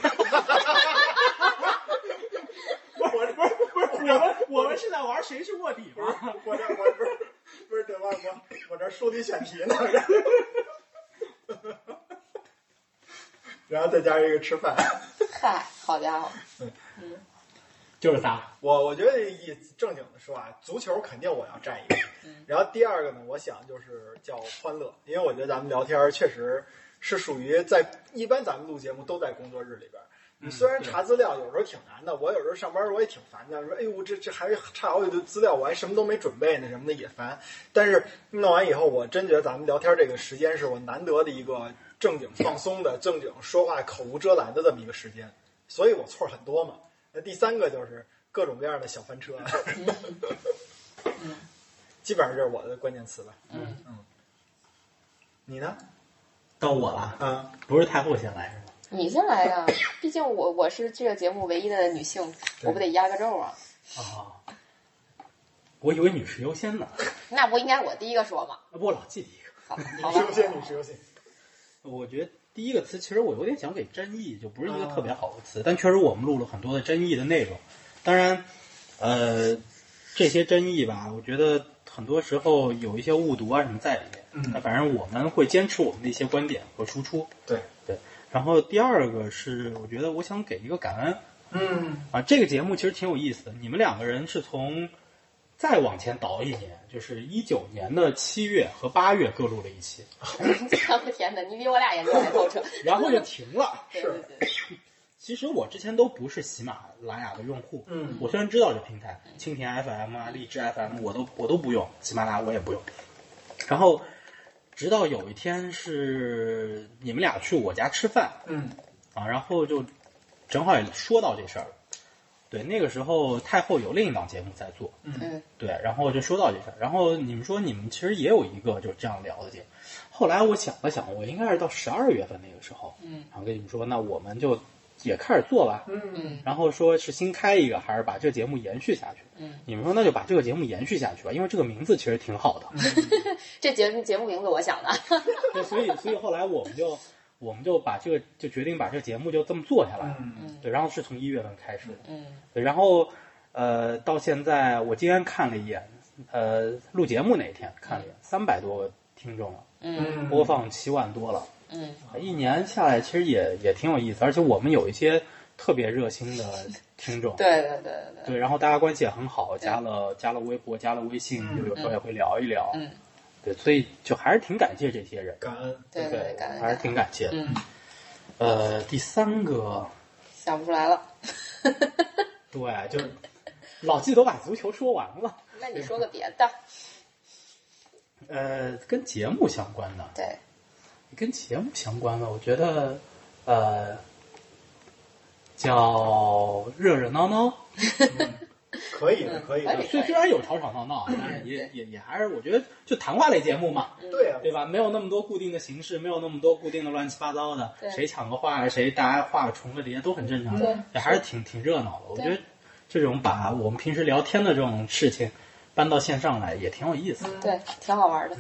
Speaker 4: 我这不是不是
Speaker 3: 我们我们是在玩谁是卧底吗？
Speaker 4: (laughs) 我这我不是不是对吧？我我这数理选题呢， (laughs) 然后再加上一个吃饭。
Speaker 2: 嗨，好家伙，
Speaker 3: (laughs) 就是仨。
Speaker 4: 我我觉得以正经的说啊，足球肯定我要占一个。然后第二个呢，我想就是叫欢乐，因为我觉得咱们聊天儿确实是属于在一般咱们录节目都在工作日里边儿。你
Speaker 3: 嗯
Speaker 4: 虽然
Speaker 3: 对
Speaker 4: 查资料有时候挺难的，我有时候上班我也挺烦的，说哎呦这这还差好几堆资料，我还什么都没准备呢，什么的也烦。但是弄完以后，我真觉得咱们聊天这个时间是我难得的一个正经放松的、正经说话口无遮拦的这么一个时间，所以我错儿很多嘛。那第三个就是各种各样的小翻车，啊 (laughs) 基本上这是我的关键词吧。
Speaker 2: 嗯
Speaker 4: 嗯，你呢？
Speaker 3: 到我了，
Speaker 4: 啊，
Speaker 3: 不是太后先来是吗？
Speaker 2: 你先来呀， (laughs) 毕竟我我是这个节目唯一的女性，我不得压个轴啊？
Speaker 3: 啊，我以为女士优先呢，
Speaker 2: 那不应该我第一个说吗？
Speaker 3: 我老记第一个。
Speaker 2: 好吧，好吧
Speaker 4: 女士啊优，先，女士优先。
Speaker 3: 我觉得第一个词其实我有点想给争议，就不是一个特别好的词，但确实我们录了很多的争议的内容。当然，呃，这些争议吧，我觉得很多时候有一些误读啊什么在里面。
Speaker 4: 嗯
Speaker 3: 那反正我们会坚持我们的一些观点和输出。
Speaker 4: 对，
Speaker 3: 对。然后第二个是，我觉得我想给一个感恩
Speaker 4: 嗯，
Speaker 3: 啊，这个节目其实挺有意思的。你们两个人是从再往前倒一年，就是一九年的七月和八月各录了一期，
Speaker 2: 我天 (laughs) 哪，你比我俩研究还透 (laughs) 彻。
Speaker 3: 然后就停了。
Speaker 2: 对对对，
Speaker 3: 其实我之前都不是喜马拉雅的用户，
Speaker 4: 嗯
Speaker 3: 我虽然知道这平台，蜻蜓 FM 啊、荔枝 FM 我都我都不用，喜马拉雅我也不用。然后，直到有一天是你们俩去我家吃饭，
Speaker 4: 嗯，
Speaker 3: 啊，然后就正好也说到这事儿了。对，那个时候太后有另一档节目在做，
Speaker 2: 嗯，
Speaker 3: 对，然后就说到这事儿，然后你们说你们其实也有一个就是这样聊的节目，后来我想了想，我应该是到十二月份那个时候，
Speaker 2: 嗯，
Speaker 3: 然后跟你们说，那我们就也开始做吧，
Speaker 4: 嗯，
Speaker 3: 然后说是新开一个，还是把这个节目延续下去？
Speaker 2: 嗯，
Speaker 3: 你们说那就把这个节目延续下去吧，因为这个名字其实挺好的，
Speaker 2: 这节目节目名字我想的。
Speaker 3: (laughs) 对，所以所以后来我们就我们就把这个就决定把这个节目就这么做下来，
Speaker 4: 嗯
Speaker 3: 对，然后是从一月份开始的，
Speaker 2: 嗯
Speaker 3: 对，然后呃，到现在我今天看了一眼，呃，录节目那一天看了一眼，三百多个听众了，
Speaker 2: 嗯
Speaker 3: 播放七万多了，
Speaker 2: 嗯
Speaker 3: 一年下来其实也也挺有意思，而且我们有一些特别热心的听众，，
Speaker 2: 对对对对对，
Speaker 3: 对，然后大家关系也很好，加了加了微博，加了微信，就有时候也会聊一聊，
Speaker 2: 嗯，
Speaker 3: 对，所以就还是挺感谢这些人，
Speaker 4: 感恩。
Speaker 2: 对对，感恩
Speaker 3: 还是挺感谢的。
Speaker 2: 嗯，
Speaker 3: 呃，第三个，
Speaker 2: 想不出来 (laughs) 了。
Speaker 3: 对，就是老季都把足球说完了。
Speaker 2: 那你说个别的，
Speaker 3: 呃，跟节目相关的，
Speaker 2: 对，
Speaker 3: 跟节目相关的，我觉得，呃，叫热热闹闹。
Speaker 4: 可以的，可以
Speaker 2: 可以
Speaker 4: 的。
Speaker 3: 虽虽然有吵吵闹闹，但是也也也还是，我觉得就谈话类节目嘛，
Speaker 4: 对啊，
Speaker 3: 对吧？没有那么多固定的形式，没有那么多固定的乱七八糟的
Speaker 2: 对，
Speaker 3: 谁抢个话，谁大家话重个叠都很正常
Speaker 2: 对，
Speaker 3: 也还是挺挺热闹的。我
Speaker 2: 对
Speaker 3: 觉得这种把我们平时聊天的这种事情搬到线上来，也挺有意思的。
Speaker 2: 对，挺好玩的。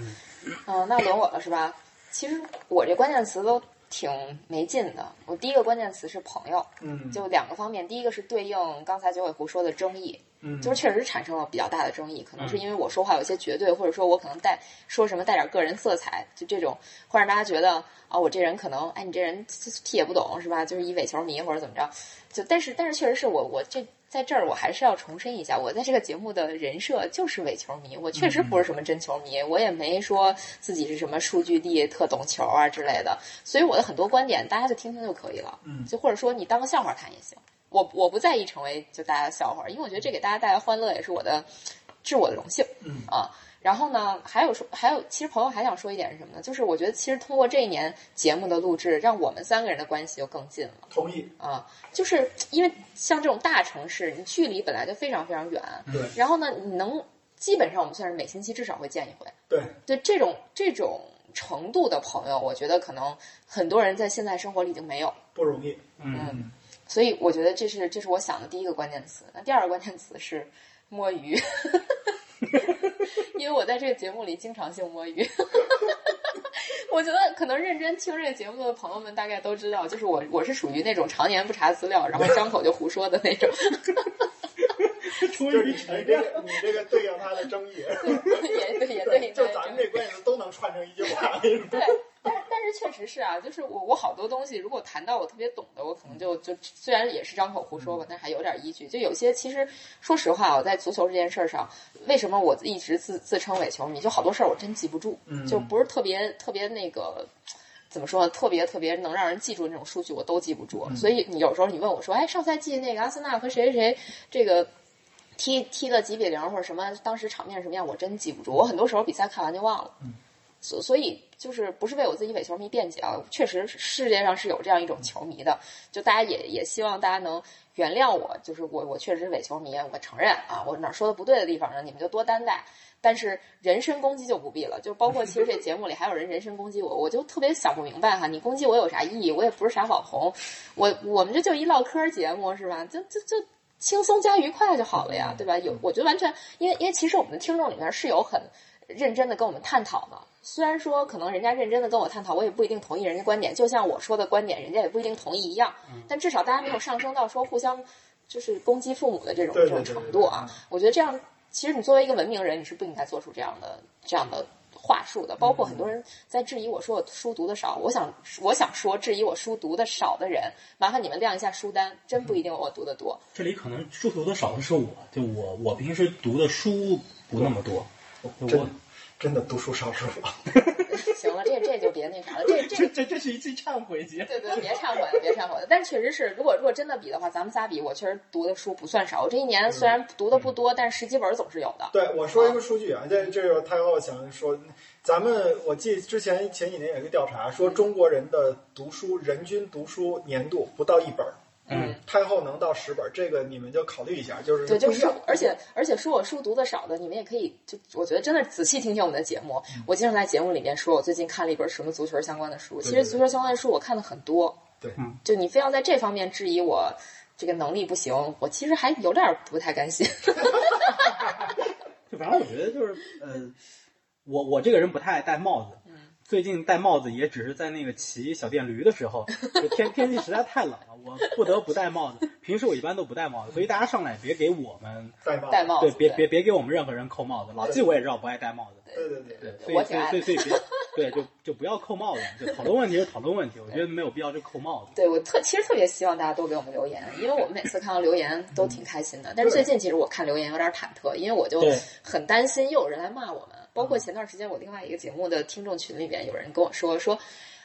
Speaker 2: 嗯、那轮我了是吧？其实我这关键词都挺没劲的。我第一个关键词是朋友，
Speaker 4: 嗯，
Speaker 2: 就两个方面。第一个是对应刚才九尾狐说的争议，
Speaker 4: 嗯
Speaker 2: 就是确实产生了比较大的争议，可能是因为我说话有些绝对，或者说我可能带说什么带点个人色彩，就这种会让大家觉得啊，我这人可能哎，你这人屁也不懂是吧？就是一伪球迷或者怎么着，就但是但是确实是我我这在这儿我还是要重申一下，我在这个节目的人设就是伪球迷，我确实不是
Speaker 4: 嗯
Speaker 2: 什么真球迷，我也没说自己是什么数据帝、特懂球啊之类的，所以我的很多观点大家就听听就可以了，
Speaker 4: 嗯
Speaker 2: 就或者说你当个笑话看也行。我我不在意成为就大家的笑话，因为我觉得这给大家带来欢乐也是我的，是我的荣幸。
Speaker 4: 嗯
Speaker 2: 啊，然后呢，还有说，还有，其实朋友还想说一点是什么呢？就是我觉得其实通过这一年节目的录制，让我们三个人的关系就更近了。
Speaker 4: 同意。
Speaker 2: 啊，就是因为像这种大城市，你距离本来就非常非常远，
Speaker 4: 对
Speaker 2: 然后呢，你能基本上我们算是每星期至少会见一回，
Speaker 4: 对，
Speaker 2: 对这种这种程度的朋友，我觉得可能很多人在现在生活里已经没有了。
Speaker 4: 不容易。
Speaker 2: 嗯，所以我觉得这是这是我想的第一个关键词。那第二个关键词是摸鱼， (laughs) 因为我在这个节目里经常性摸鱼。 (laughs) 我觉得可能认真听这个节目的朋友们大概都知道，就是我我是属于那种常年不查资料，然后张口就胡说的那种。 (laughs)
Speaker 3: 终
Speaker 4: 就是你你这个你这个对应他的争议，
Speaker 2: 也对，也对，
Speaker 4: (laughs) 就
Speaker 2: 对
Speaker 4: 咱们
Speaker 2: 对
Speaker 4: 这关系都能串成一句话。我跟 (laughs) 你说
Speaker 2: 对，但是但是确实是啊，就是我我好多东西，如果谈到我特别懂的，我可能就就虽然也是张口胡说吧，但是还有点依据。就有些其实说实话，啊我在足球这件事儿上，为什么我一直自自称伪球迷？就好多事儿我真记不住，
Speaker 4: 嗯
Speaker 2: 就不是特别特别那个。怎么说呢？特别特别能让人记住那种数据，我都记不住。所以你有时候你问我说：“哎，上赛季那个阿森纳和谁谁谁这个踢踢了几比零或者什么，当时场面什么样，我真记不住。我很多时候比赛看完就忘了。所所以就是不是为我自己伪球迷辩解啊，确实世界上是有这样一种球迷的，就大家也也希望大家能原谅我，就是我我确实是伪球迷，我承认啊，我哪儿说的不对的地方呢，你们就多担待。但是人身攻击就不必了，就包括其实这节目里还有人人身攻击我，我就特别想不明白哈，你攻击我有啥意义？我也不是啥网红，我我们这就一唠嗑儿节目是吧？就就就轻松加愉快就好了呀，对吧？有我觉得完全，因为因为其实我们的听众里面是有很认真的跟我们探讨的，虽然说可能人家认真的跟我探讨，我也不一定同意人家观点，就像我说的观点，人家也不一定同意一样，
Speaker 4: 嗯
Speaker 2: 但至少大家没有上升到说互相就是攻击父母的这种这
Speaker 4: 对对
Speaker 2: 种
Speaker 4: 对
Speaker 2: 程
Speaker 4: 对
Speaker 2: 度啊。我觉得这样，其实你作为一个文明人，你是不应该做出这样的这样的话术
Speaker 4: 嗯
Speaker 2: 的。包括很多人在质疑我说我书读的少，我想我想说质疑我书读的少的人，麻烦你们亮一下书单，真不一定我读的多。
Speaker 3: 这里可能书读的少的是我，就我我平时读的书不那么多，
Speaker 4: 真
Speaker 3: 我
Speaker 4: 的真的读书少是吧？
Speaker 2: (laughs) 行了，这这就别那啥了，这这
Speaker 3: 这这这是一期忏悔节，
Speaker 2: 对对，别忏悔了，别忏悔了。但确实是，如果如果真的比的话，咱们仨比，我确实读的书不算少。我这一年虽然读的不多，但是十几本总是有的。
Speaker 4: 对，我说一个数据啊，这这个太后想说，咱们我记之前前几年有一个调查，说中国人的读书人均读书年度不到一本儿，
Speaker 3: 嗯，
Speaker 4: 太后能到十本儿，这个你们就考虑一下，就是
Speaker 2: 对，就
Speaker 4: 不一
Speaker 2: 是
Speaker 4: 样，
Speaker 2: 而且而且说我书读的少的，你们也可以就我觉得真的仔细听听我们的节目。我经常在节目里面说，我最近看了一本什么足球相关的书。其
Speaker 4: 嗯
Speaker 2: 实
Speaker 4: 对对
Speaker 2: 足球相关的书我看的很多，
Speaker 4: 对，
Speaker 2: 就你非要在这方面质疑我这个能力不行，我其实还有点儿不太甘心。 (laughs)
Speaker 3: 就反正我觉得就是呃，我我这个人不太爱戴帽子，
Speaker 2: 嗯
Speaker 3: 最近戴帽子也只是在那个骑小电驴的
Speaker 2: (laughs)
Speaker 3: 时候，就天天气实在太冷了，我不得不戴帽子。平时我一般都不戴帽子，所以大家上来别给我们
Speaker 4: 戴帽，
Speaker 2: 戴，帽
Speaker 3: 对
Speaker 2: 子，
Speaker 3: 别别别给我们任何人扣帽子。老纪我也知道不爱戴帽子，
Speaker 4: 对对对
Speaker 3: 对，
Speaker 2: 对
Speaker 3: 所以
Speaker 2: 我
Speaker 3: 所
Speaker 2: 挺
Speaker 3: 以
Speaker 2: 爱
Speaker 3: 所以所以
Speaker 2: (laughs)
Speaker 3: 别对就就不要扣帽子，就讨论问题就讨论问题，我觉得没有必要就扣帽子。
Speaker 2: 对我特其实特别希望大家多给我们留言，因为我们每次看到留言都挺开心的。但是最近其实我看留言有点忐忑，因为我就
Speaker 3: 对嗯
Speaker 2: 很担心又有人来骂我们。包括前段时间我另外一个节目的听众群里边有人跟我说说。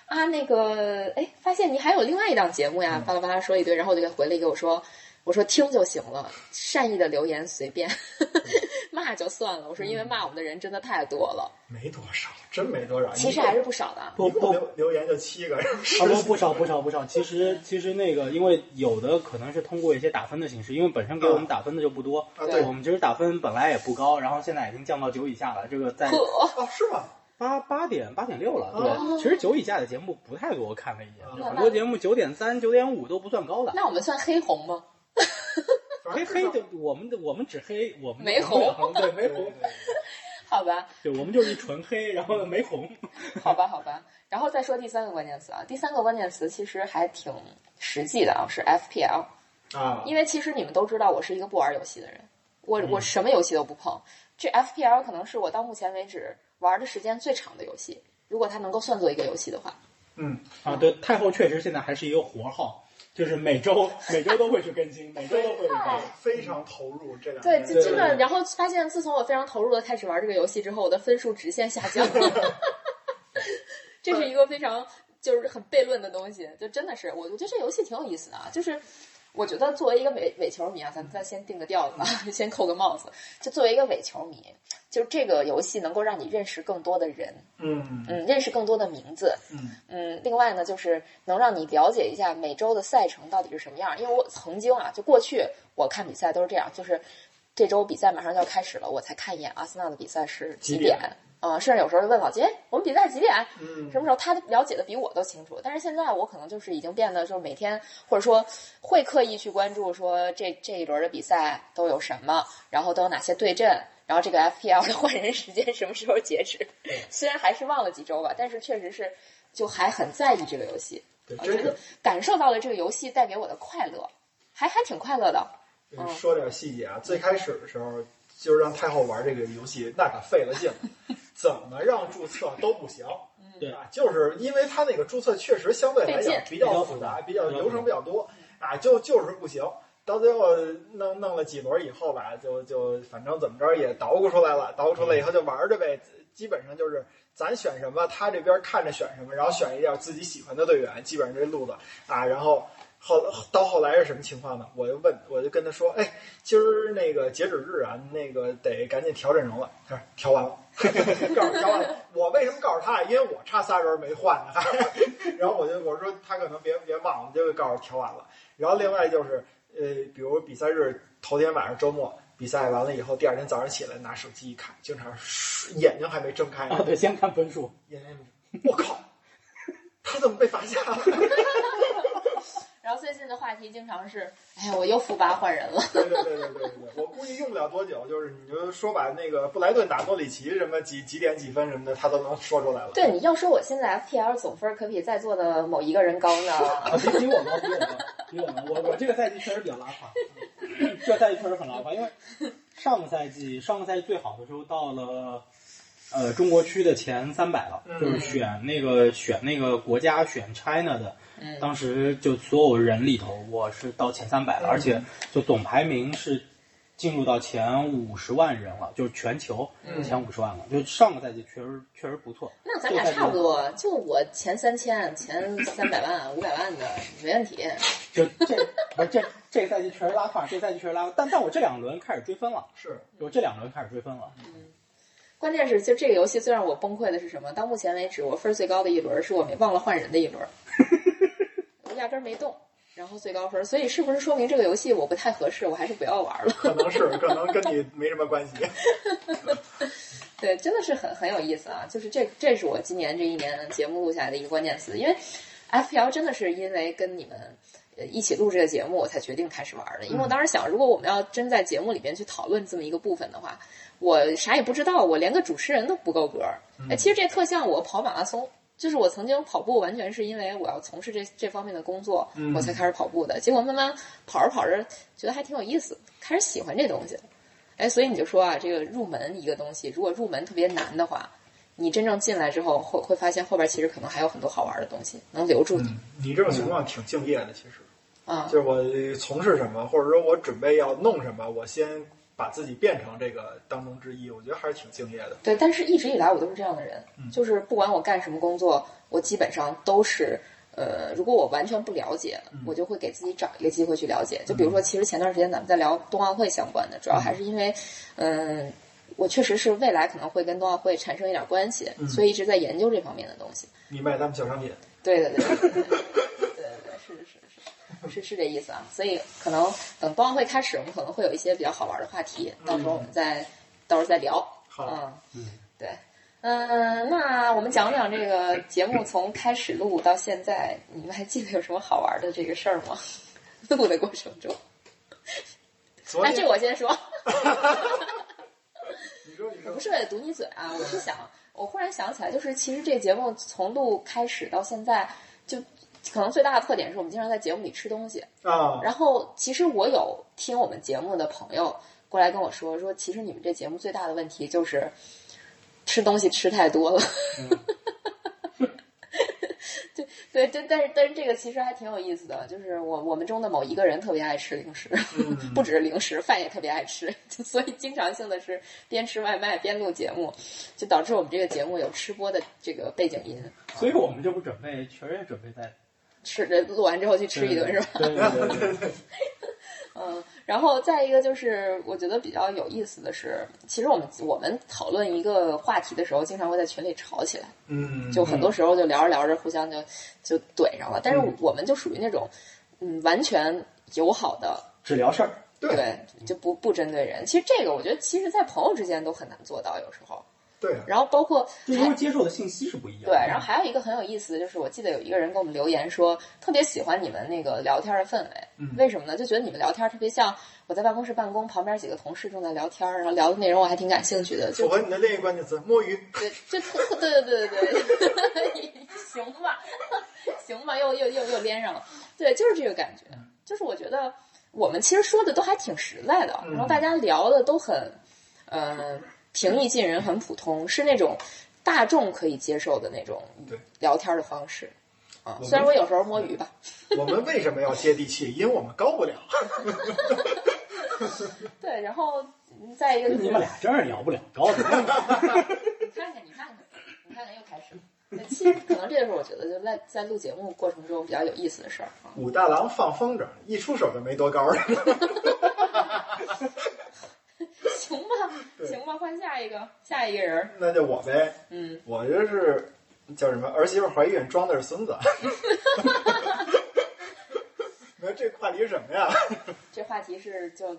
Speaker 2: 啊，那个，哎，发现你还有另外一档节目
Speaker 3: 嗯
Speaker 2: 呀，巴拉巴拉说一堆，然后我就给回了一个，我说，我说听就行了，善意的留言随便，
Speaker 3: 嗯
Speaker 2: (laughs) 骂就算了。我说，因为骂我们的人真的太多了，
Speaker 4: 没多少，真没多少，
Speaker 2: 其实
Speaker 4: 一共
Speaker 2: 还是不少的。
Speaker 3: 嗯不
Speaker 4: 一共
Speaker 3: 不
Speaker 4: 留留言就七个，是
Speaker 3: 啊不不少不少不少，其实其实那个，因为有的可能是通过一些打分的形式，因为本身给我们打分的就不多，
Speaker 4: 啊
Speaker 2: 对
Speaker 4: 对
Speaker 3: 我们其实打分本来也不高，然后现在已经降到九以下了，这个在
Speaker 2: 呵，
Speaker 4: 哦是吗？
Speaker 3: 八八点八点六了，对，
Speaker 2: 哦
Speaker 3: 其实九以下的节目不太多，我看了一眼，
Speaker 4: 啊
Speaker 3: 就很多节目九点三、九点五都不算高的。
Speaker 2: 那我们算黑红吗？
Speaker 4: 反
Speaker 3: 黑
Speaker 4: 正
Speaker 3: 黑
Speaker 4: 至少
Speaker 3: 的，我们的我们只黑，我们
Speaker 2: 没红，
Speaker 3: (laughs) 对没
Speaker 4: 对
Speaker 2: (laughs)
Speaker 4: 对
Speaker 3: 红，
Speaker 4: 对
Speaker 2: 好吧，
Speaker 3: 对我们就是纯黑，然后没红。
Speaker 2: (laughs) 好吧，好吧，然后再说第三个关键词啊，第三个关键词其实还挺实际的啊，是 FPL，
Speaker 4: 对啊，
Speaker 2: 因为其实你们都知道我是一个不玩游戏的人，我我什么游戏都不碰，这 FPL 可能是我到目前为止玩的时间最长的游戏，如果它能够算作一个游戏的话，
Speaker 4: 嗯，
Speaker 3: 啊，对，太后确实现在还是一个活号，就是每周每周都会去更新，每周都会去更新。
Speaker 4: 非常投入这两
Speaker 2: 对，
Speaker 4: 年
Speaker 2: 就
Speaker 3: 对
Speaker 2: 真
Speaker 3: 对
Speaker 2: 的，然后发现自从我非常投入的开始玩这个游戏之后，我的分数直线下
Speaker 3: (laughs)
Speaker 2: 降，这是一个非常就是很悖论的东西，就真的是我我觉得这游戏挺有意思的啊，就是。我觉得作为一个伪伪球迷啊，咱们再先定个调子，啊， (laughs) 先扣个帽子。就作为一个伪球迷，就这个游戏能够让你认识更多的人，
Speaker 4: 嗯
Speaker 2: 嗯，认识更多的名字，
Speaker 4: 嗯
Speaker 2: 嗯，另外呢，就是能让你了解一下每周的赛程到底是什么样。因为我曾经啊，就过去我看比赛都是这样，就是这周比赛马上就要开始了，我才看一眼阿森纳的比赛是几
Speaker 4: 几
Speaker 2: 点
Speaker 4: 点
Speaker 2: 啊、甚至有时候就问老金，哎我们比赛几点？
Speaker 4: 嗯
Speaker 2: 什么时候？他了解的比我都清楚。但是现在我可能就是已经变得就是每天或者说会刻意去关注说这这一轮的比赛都有什么，然后都有哪些对阵，然后这个 FPL 的换人时间什么时候截止。虽然还是忘了几周吧，但是确实是就还很在意这个游戏，
Speaker 4: 对，
Speaker 2: 我
Speaker 4: 真
Speaker 2: 觉
Speaker 4: 是
Speaker 2: 得感受到了这个游戏带给我的快乐，还还挺快乐的。嗯
Speaker 4: 说点细节啊，最开始的时候就是让太后玩这个游戏，那可费了劲了，怎么让注册都不行。
Speaker 3: 对
Speaker 4: 啊，就是因为他那个注册确实相对来
Speaker 2: 嗯费劲
Speaker 4: 讲比较复杂，比较流程比较多啊，就就是不行。到最后弄弄了几轮以后吧，就就反正怎么着也捣鼓出来了，捣鼓出来以后就玩着呗。基本上就是咱选什么，他这边看着选什么，然后选一点自己喜欢的队员，基本上这路子啊。然后后到后来是什么情况呢？我就问，我就跟他说，哎，今儿那个截止日啊，那个得赶紧调阵容了。他说调完了， (laughs) 告诉小婉，我为什么告诉他？因为我差仨人没换呢， (laughs) 还。然后我就我说他可能别别忘了，就告诉调完了。然后另外就是呃，比如比赛日头天晚上周末比赛完了以后，第二天早上起来拿手机一看，经常眼睛还没睁开呢
Speaker 3: 啊，，对，先看分数，
Speaker 4: 眼睛我靠，他怎么被罚下了？
Speaker 2: 然后最近的话题经常是，哎呀，我又富八换人了。 (laughs)
Speaker 4: 对对对对对对，对，我估计用不了多久，就是你就说把那个布莱顿打诺里奇什么几几点几分什么的，他都能说出来了。
Speaker 2: 对，你要说我现在 FPL 总分可比在座的某一个人高呢。
Speaker 4: (laughs)
Speaker 3: 啊，比比我们比我们比我们，我我这个赛季确实比较拉胯，嗯这赛季确实很拉胯，因为上个赛季上个赛季最好的时候到了。呃，中国区的前三百了，
Speaker 4: 嗯
Speaker 3: 就是选那个选那个国家选 China 的，
Speaker 2: 嗯
Speaker 3: 当时就所有人里头，我是到前三百了，
Speaker 4: 嗯
Speaker 3: 而且就总排名是进入到前五十万人了，就是全球
Speaker 4: 嗯
Speaker 3: 前五十万了，就上个赛季确实确实不错。
Speaker 2: 那咱俩差不多，就我前三千、前三百万、五百万的没问题。
Speaker 3: 就这不是这这个赛季确实拉胯，这赛季确实拉胯，但但我这两轮开始追分了，
Speaker 4: 是，
Speaker 3: 我这两轮开始追分了。
Speaker 2: 关键是，就这个游戏最让我崩溃的是什么？到目前为止，我分儿最高的一轮是我没忘了换人的一轮，我压根儿没动，然后最高分儿。所以是不是说明这个游戏我不太合适？我还是不要玩了。
Speaker 4: 可能是，可能跟你没什么关系。
Speaker 2: 对，真的是很很有意思啊！就是这，这是我今年这一年节目录下来的一个关键词，因为 FPL 真的是因为跟你们呃一起录这个节目，我才决定开始玩的。因为我当时想，如果我们要真在节目里面去讨论这么一个部分的话，我啥也不知道，我连个主持人都不够格儿。哎，其实这特像我跑马拉松。就是我曾经跑步，完全是因为我要从事这这方面的工作，我才开始跑步的。结果慢慢跑着跑着，觉得还挺有意思，开始喜欢这东西了。哎，所以你就说啊，这个入门一个东西，如果入门特别难的话，你真正进来之后，会会发现后边其实可能还有很多好玩的东西能留住你
Speaker 4: 你这种情况挺敬业的，其实
Speaker 2: 啊、
Speaker 4: 就是我呃从事什么，或者说我准备要弄什么，我先把自己变成这个当中之一，我觉得还是挺敬业的。
Speaker 2: 对，但是一直以来我都是这样的人，
Speaker 4: 嗯
Speaker 2: 就是不管我干什么工作，我基本上都是。呃，如果我完全不了解，
Speaker 4: 嗯
Speaker 2: 我就会给自己找一个机会去了解。就比如说，其实前段时间咱们在聊冬奥会相关的，主要还是因为，嗯，我确实是未来可能会跟冬奥会产生一点关系，
Speaker 4: 嗯
Speaker 2: 所以一直在研究这方面的东西。
Speaker 4: 你卖咱们小商品，
Speaker 2: 对对对，
Speaker 4: (laughs)
Speaker 2: 对对对，是是是是是这意思啊。所以可能等冬奥会开始，我们可能会有一些比较好玩的话题，到时候我们再、到时候再聊。
Speaker 4: 嗯好，
Speaker 2: 嗯，对，嗯、那我们讲讲这个节目从开始录到现在，你们还记得有什么好玩的这个事儿吗？录的过程中，
Speaker 4: 昨
Speaker 2: 哎，
Speaker 4: 天
Speaker 2: 这我先说。
Speaker 4: 你说你
Speaker 2: 我
Speaker 4: 说
Speaker 2: 不是为了堵你嘴啊，我是想，我忽然想起来，就是其实这节目从录开始到现在，就可能最大的特点是我们经常在节目里吃东西。
Speaker 4: 啊，
Speaker 2: 然后其实我有听我们节目的朋友过来跟我说，说其实你们这节目最大的问题就是吃东西吃太多了。对 (laughs) 对对，但是但是这个其实还挺有意思的，就是我我们中的某一个人特别爱吃零食，不只是零食，饭也特别爱吃，就所以经常性的是边吃外卖边录节目，就导致我们这个节目有吃播的这个背景音，
Speaker 3: 所以我们就不准备，确实也准备在
Speaker 2: 吃着录完之后去吃一顿是吧？
Speaker 3: 对对对对对，
Speaker 2: 嗯，然后再一个就是，我觉得比较有意思的是，其实我们我们讨论一个话题的时候，经常会在群里吵起来，
Speaker 4: 嗯，
Speaker 2: 就很多时候就聊着聊着互相就就怼上了。但是
Speaker 4: 嗯
Speaker 2: 我们就属于那种，嗯，完全友好的，
Speaker 3: 只聊事儿。
Speaker 4: 对
Speaker 2: 对，就不不针对人。其实这个我觉得，其实，在朋友之间都很难做到，有时候。
Speaker 4: 对啊，
Speaker 2: 然后包括
Speaker 3: 就因为接受的信息是不一样的。
Speaker 2: 哎对，然后还有一个很有意思的就是，我记得有一个人给我们留言说，特别喜欢你们那个聊天的氛围，
Speaker 3: 嗯
Speaker 2: 为什么呢？就觉得你们聊天特别像我在办公室办公，旁边几个同事正在聊天，然后聊的内容我还挺感兴趣的，就
Speaker 4: 符合你的另一个关键词摸鱼。
Speaker 2: (laughs) 对，就特对对对对对， (laughs) 行吧，行吧，又又又又连上了，嗯对，就是这个感觉，就是我觉得我们其实说的都还挺实在的，然后大家聊的都很，呃，平易近人，很普通，是那种大众可以接受的那种
Speaker 4: 对
Speaker 2: 聊天的方式。啊，
Speaker 4: 们
Speaker 2: 虽然我有时候摸鱼吧，
Speaker 4: 我们为什么要接地气？因为我们高不了。
Speaker 2: (laughs) 对，然后嗯再一个就是
Speaker 3: 你们俩真是聊不了高的，
Speaker 2: 你看看，你看看，你看看，又开始了。对其实可能这就是我觉得就在在录节目过程中比较有意思的事儿啊。
Speaker 4: 武大郎放风筝，一出手就没多高。
Speaker 2: 行吧，
Speaker 4: 对
Speaker 2: 行吧，换下一个，下一个人儿，
Speaker 4: (laughs) 那就我呗，
Speaker 2: 嗯，
Speaker 4: 我就是叫什么儿媳妇怀孕装的是孙子。 (laughs) 你说这话题是什么呀？
Speaker 2: 这话题是就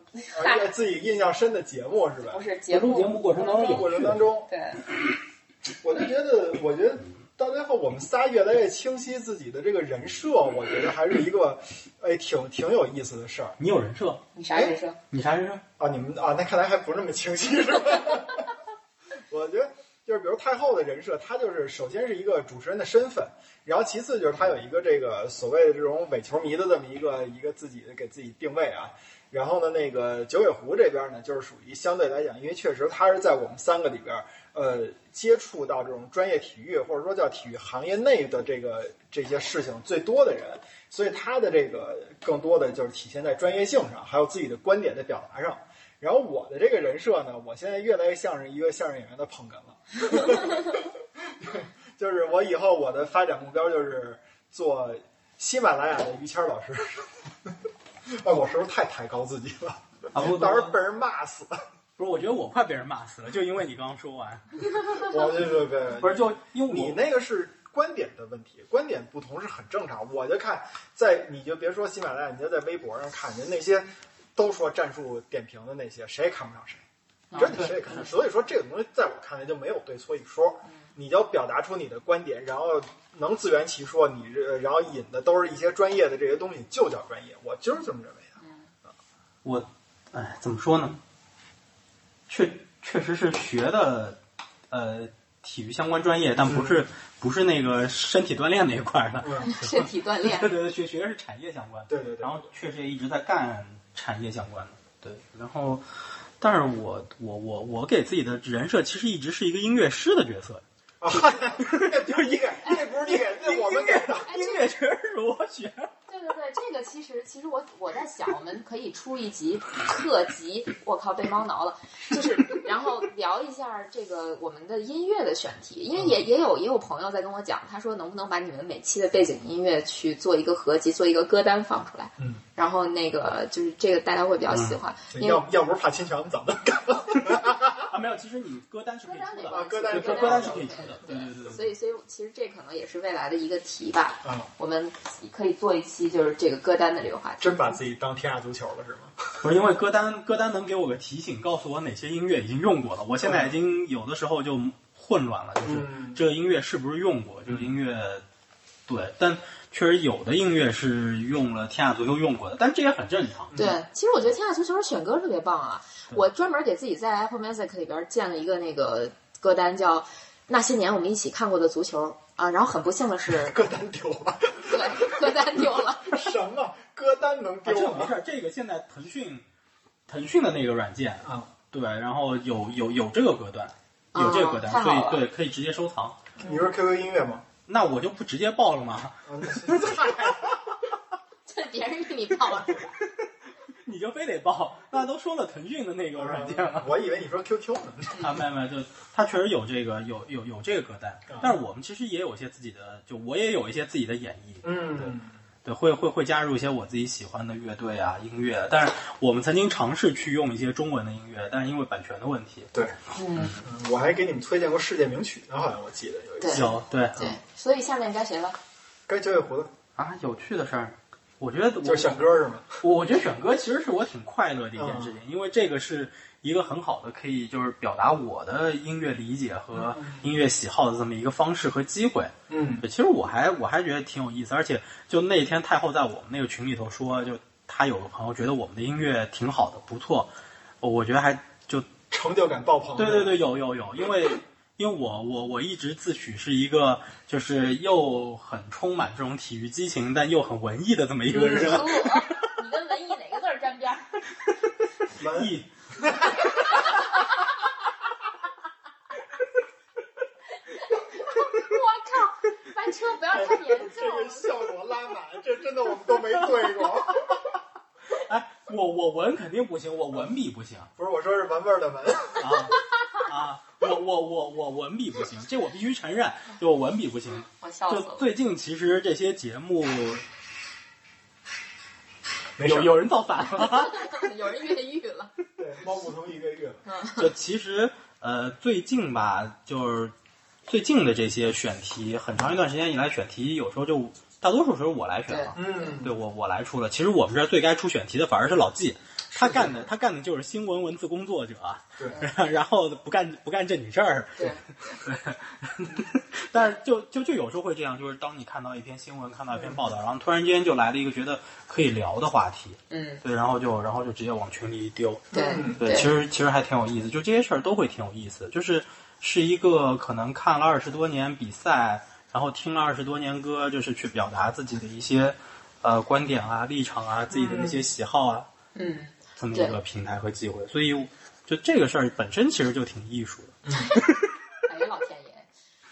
Speaker 4: 而且自己印象深的节目是吧
Speaker 2: (laughs) 不？是节
Speaker 3: 哎录
Speaker 2: 目
Speaker 3: 节目过程当中有
Speaker 4: 过程当中，
Speaker 2: 对，
Speaker 4: 我就觉得，我觉得到最后我们仨越来越清晰自己的这个人设，我觉得还是一个，哎，挺挺有意思的事儿
Speaker 3: 你有人设，
Speaker 2: 你啥人生？
Speaker 3: 你啥人设？
Speaker 4: 啊。你们啊，那看来还不是那么清晰是吧？ (laughs) 我觉得就是，比如太后的人设，她就是首先是一个主持人的身份，然后其次就是她有一个这个所谓的这种伪球迷的这么一个一个自己给自己定位啊。然后呢，那个九尾狐这边呢，就是属于相对来讲，因为确实他是在我们三个里边，呃，接触到这种专业体育或者说叫体育行业内的这个这些事情最多的人，所以他的这个更多的就是体现在专业性上，还有自己的观点的表达上。然后我的这个人设呢，我现在越来越像是一个相声演员的捧哏了， (laughs) 就是我以后我的发展目标就是做喜马拉雅的于谦儿老师。哎，我是不是太抬高自己了？
Speaker 3: 啊不，
Speaker 4: 到时候被人骂死。
Speaker 3: 不是，我觉得我快被人骂死了，就因为你刚刚说完，
Speaker 4: (laughs) 我就是个
Speaker 3: 不是就因为
Speaker 4: 你
Speaker 3: 我
Speaker 4: 那个是观点的问题，观点不同是很正常。我就看在你就别说喜马拉雅，你就在微博上看人那些都说战术点评的那些，谁也看不上谁，
Speaker 2: 啊
Speaker 3: 哎
Speaker 4: 真的
Speaker 2: 嗯
Speaker 4: 谁也看不上。所以说这个东西在我看来就没有对错一说，你要表达出你的观点，然后能自圆其说，你这然后引的都是一些专业的这些东西，就叫专业。我就是这么认为的。
Speaker 3: 我，哎，怎么说呢？确确实是学的，呃，体育相关专业，但不是、不是那个身体锻炼那一块儿的。 (laughs)
Speaker 4: 嗯，
Speaker 2: (laughs) 身体锻炼
Speaker 3: 对对对，学学的是产业相关的。
Speaker 4: 对对对
Speaker 3: 然后确实也一直在干产业相关的。对，然后，但是我我我我给自己的人设其实一直是一个音乐师的角色，
Speaker 4: 啊， (laughs) 那不是你给，那不是你给，那我们给
Speaker 3: (laughs)
Speaker 4: 的。
Speaker 2: 哎，
Speaker 3: 音
Speaker 2: 这
Speaker 3: 乐全是我学。
Speaker 2: 对对对，这个其实其实我我在想，我们可以出一集特辑，我靠被猫挠了，就是然后聊一下这个我们的音乐的选题，因为也也有也有朋友在跟我讲，他说能不能把你们每期的背景音乐去做一个合集，做一个歌单放出来，
Speaker 4: 嗯，
Speaker 2: 然后那个就是这个大家会比较喜欢，
Speaker 3: 嗯
Speaker 2: 因为
Speaker 4: 要要不是怕侵权，我们早都干了。
Speaker 3: 啊，没有，其实你歌单是可以出的，
Speaker 4: 啊歌单
Speaker 3: 对
Speaker 4: 歌单
Speaker 3: 歌单是
Speaker 4: 是
Speaker 3: 可
Speaker 4: 可
Speaker 3: 以
Speaker 4: 以
Speaker 3: 出
Speaker 4: 出
Speaker 3: 的
Speaker 4: 的，
Speaker 3: 对对对对。
Speaker 2: 所以所以其实这可能也是未来的一个题吧，
Speaker 4: 啊，
Speaker 2: 我们可以做一期就是这个歌单的这个话题。
Speaker 4: 真把自己当天下足球了是吗？
Speaker 3: 不是因为歌单，歌单能给我个提醒，告诉我哪些音乐已经用过了。我现在已经有的时候就混乱了，就是
Speaker 4: 嗯，
Speaker 3: 这个音乐是不是用过，这
Speaker 2: 嗯
Speaker 3: 个音乐对，但确实有的音乐是用了天下足球用过的，但这也很正常。
Speaker 2: 对，其实我觉得天下足球选歌特别棒啊！我专门给自己在 Apple Music 里边建了一个那个歌单，叫《那些年我们一起看过的足球》啊。然后很不幸的是
Speaker 4: (laughs)
Speaker 2: (laughs)
Speaker 4: 歌单丢了，
Speaker 2: 对，歌单丢了。
Speaker 4: 什么歌单能
Speaker 3: 啊，这
Speaker 4: 丢
Speaker 3: 个没
Speaker 4: 吗
Speaker 3: 事？儿，这个现在腾讯腾讯的那个软件，
Speaker 4: 啊，
Speaker 3: 对，然后有有有这个歌单，有这个歌单，
Speaker 2: 哦太
Speaker 3: 所
Speaker 2: 好了
Speaker 3: 以对可以直接收藏。
Speaker 4: 你说 QQ 音乐吗？
Speaker 3: 那我就不直接报了吗？ (laughs)
Speaker 4: 啊， (laughs) 嗨
Speaker 2: 这别人给你报了，
Speaker 3: 你就非得报？那都说了腾讯的那
Speaker 2: 啊
Speaker 3: 个软件了。
Speaker 4: 我以为你说 QQ 呢。
Speaker 3: 啊，没有没有，就他确实有这个有有有这个歌单
Speaker 4: 啊，
Speaker 3: 但是我们其实也有一些自己的，就我也有一些自己的演绎，
Speaker 4: 嗯，
Speaker 3: 对，会会会加入一些我自己喜欢的乐队啊音乐，但是我们曾经尝试去用一些中文的音乐，但是因为版权的问题，
Speaker 4: 对，
Speaker 2: 嗯，
Speaker 4: 嗯我还给你们推荐过世界名曲呢，好像我记得有一
Speaker 2: 对
Speaker 4: 次。
Speaker 3: 有对
Speaker 2: 对。所以下面该谁了？
Speaker 4: 该九尾狐的，
Speaker 3: 啊有趣的事儿，我觉得我
Speaker 4: 就是选嗯歌是吗？
Speaker 3: 我我觉得选歌其实是我挺快乐的一件事情，因为这个是一个很好的可以就是表达我的音乐理解和音乐喜好的这么一个方式和机会。
Speaker 4: 嗯，
Speaker 3: 对，其实我还我还觉得挺有意思，而且就那天太后在我们那个群里头说，就她有个朋友觉得我们的音乐挺好的，不错，我觉得还就
Speaker 4: 成就感爆棚。
Speaker 3: 对对，对，有有有，因为因为我我我一直自诩是一个就是又很充满这种体育激情，但又很文艺的这么一个人，
Speaker 2: 你跟文艺哪个字儿沾边儿？
Speaker 3: (laughs)
Speaker 4: 文
Speaker 3: 艺。
Speaker 2: 我靠，翻车不要太严
Speaker 4: 这个效果拉满，这真的我们都没对过。
Speaker 3: 哎，我我文肯定不行，我文笔不行
Speaker 4: (laughs) 不是，我说是闻味儿的闻。
Speaker 3: 啊啊，我我我我文笔不行，这我必须承认，就我文笔不行。
Speaker 2: 我笑死
Speaker 3: 就
Speaker 2: 了。
Speaker 3: 最近其实这些节目，
Speaker 4: 没
Speaker 3: 有
Speaker 4: 事儿。
Speaker 3: 有人造反了。
Speaker 2: (laughs) 有人越狱了，
Speaker 4: 对，猫捕头一个月，
Speaker 3: (laughs) 就其实呃，最近吧，就是最近的这些选题，很长一段时间以来，选题有时候就大多数时候我来选了。
Speaker 4: 嗯，
Speaker 3: 对我我来出了，其实我们这儿最该出选题的反而是老纪，他干的他干的就是新闻文字工作者，啊
Speaker 4: 对，
Speaker 3: (laughs) 然后不干不干正经事儿，
Speaker 2: 对，
Speaker 3: (laughs) 但是就就就有时候会这样，就是当你看到一篇新闻，看到一篇报道，然后突然间就来了一个觉得可以聊的话题，
Speaker 2: 嗯，
Speaker 3: 对，然后就然后就直接往群里一丢，
Speaker 2: 对
Speaker 3: 对，其实其实还挺有意思，就这些事儿都会挺有意思，就是是一个可能看了二十多年比赛，然后听了二十多年歌，就是去表达自己的一些呃观点啊、立场啊、自己的那些喜好啊，
Speaker 2: 嗯，
Speaker 3: 这么
Speaker 2: 对
Speaker 3: 一个平台和机会，所以就这个事儿本身其实就挺艺术的。
Speaker 2: 哎呀，老天爷！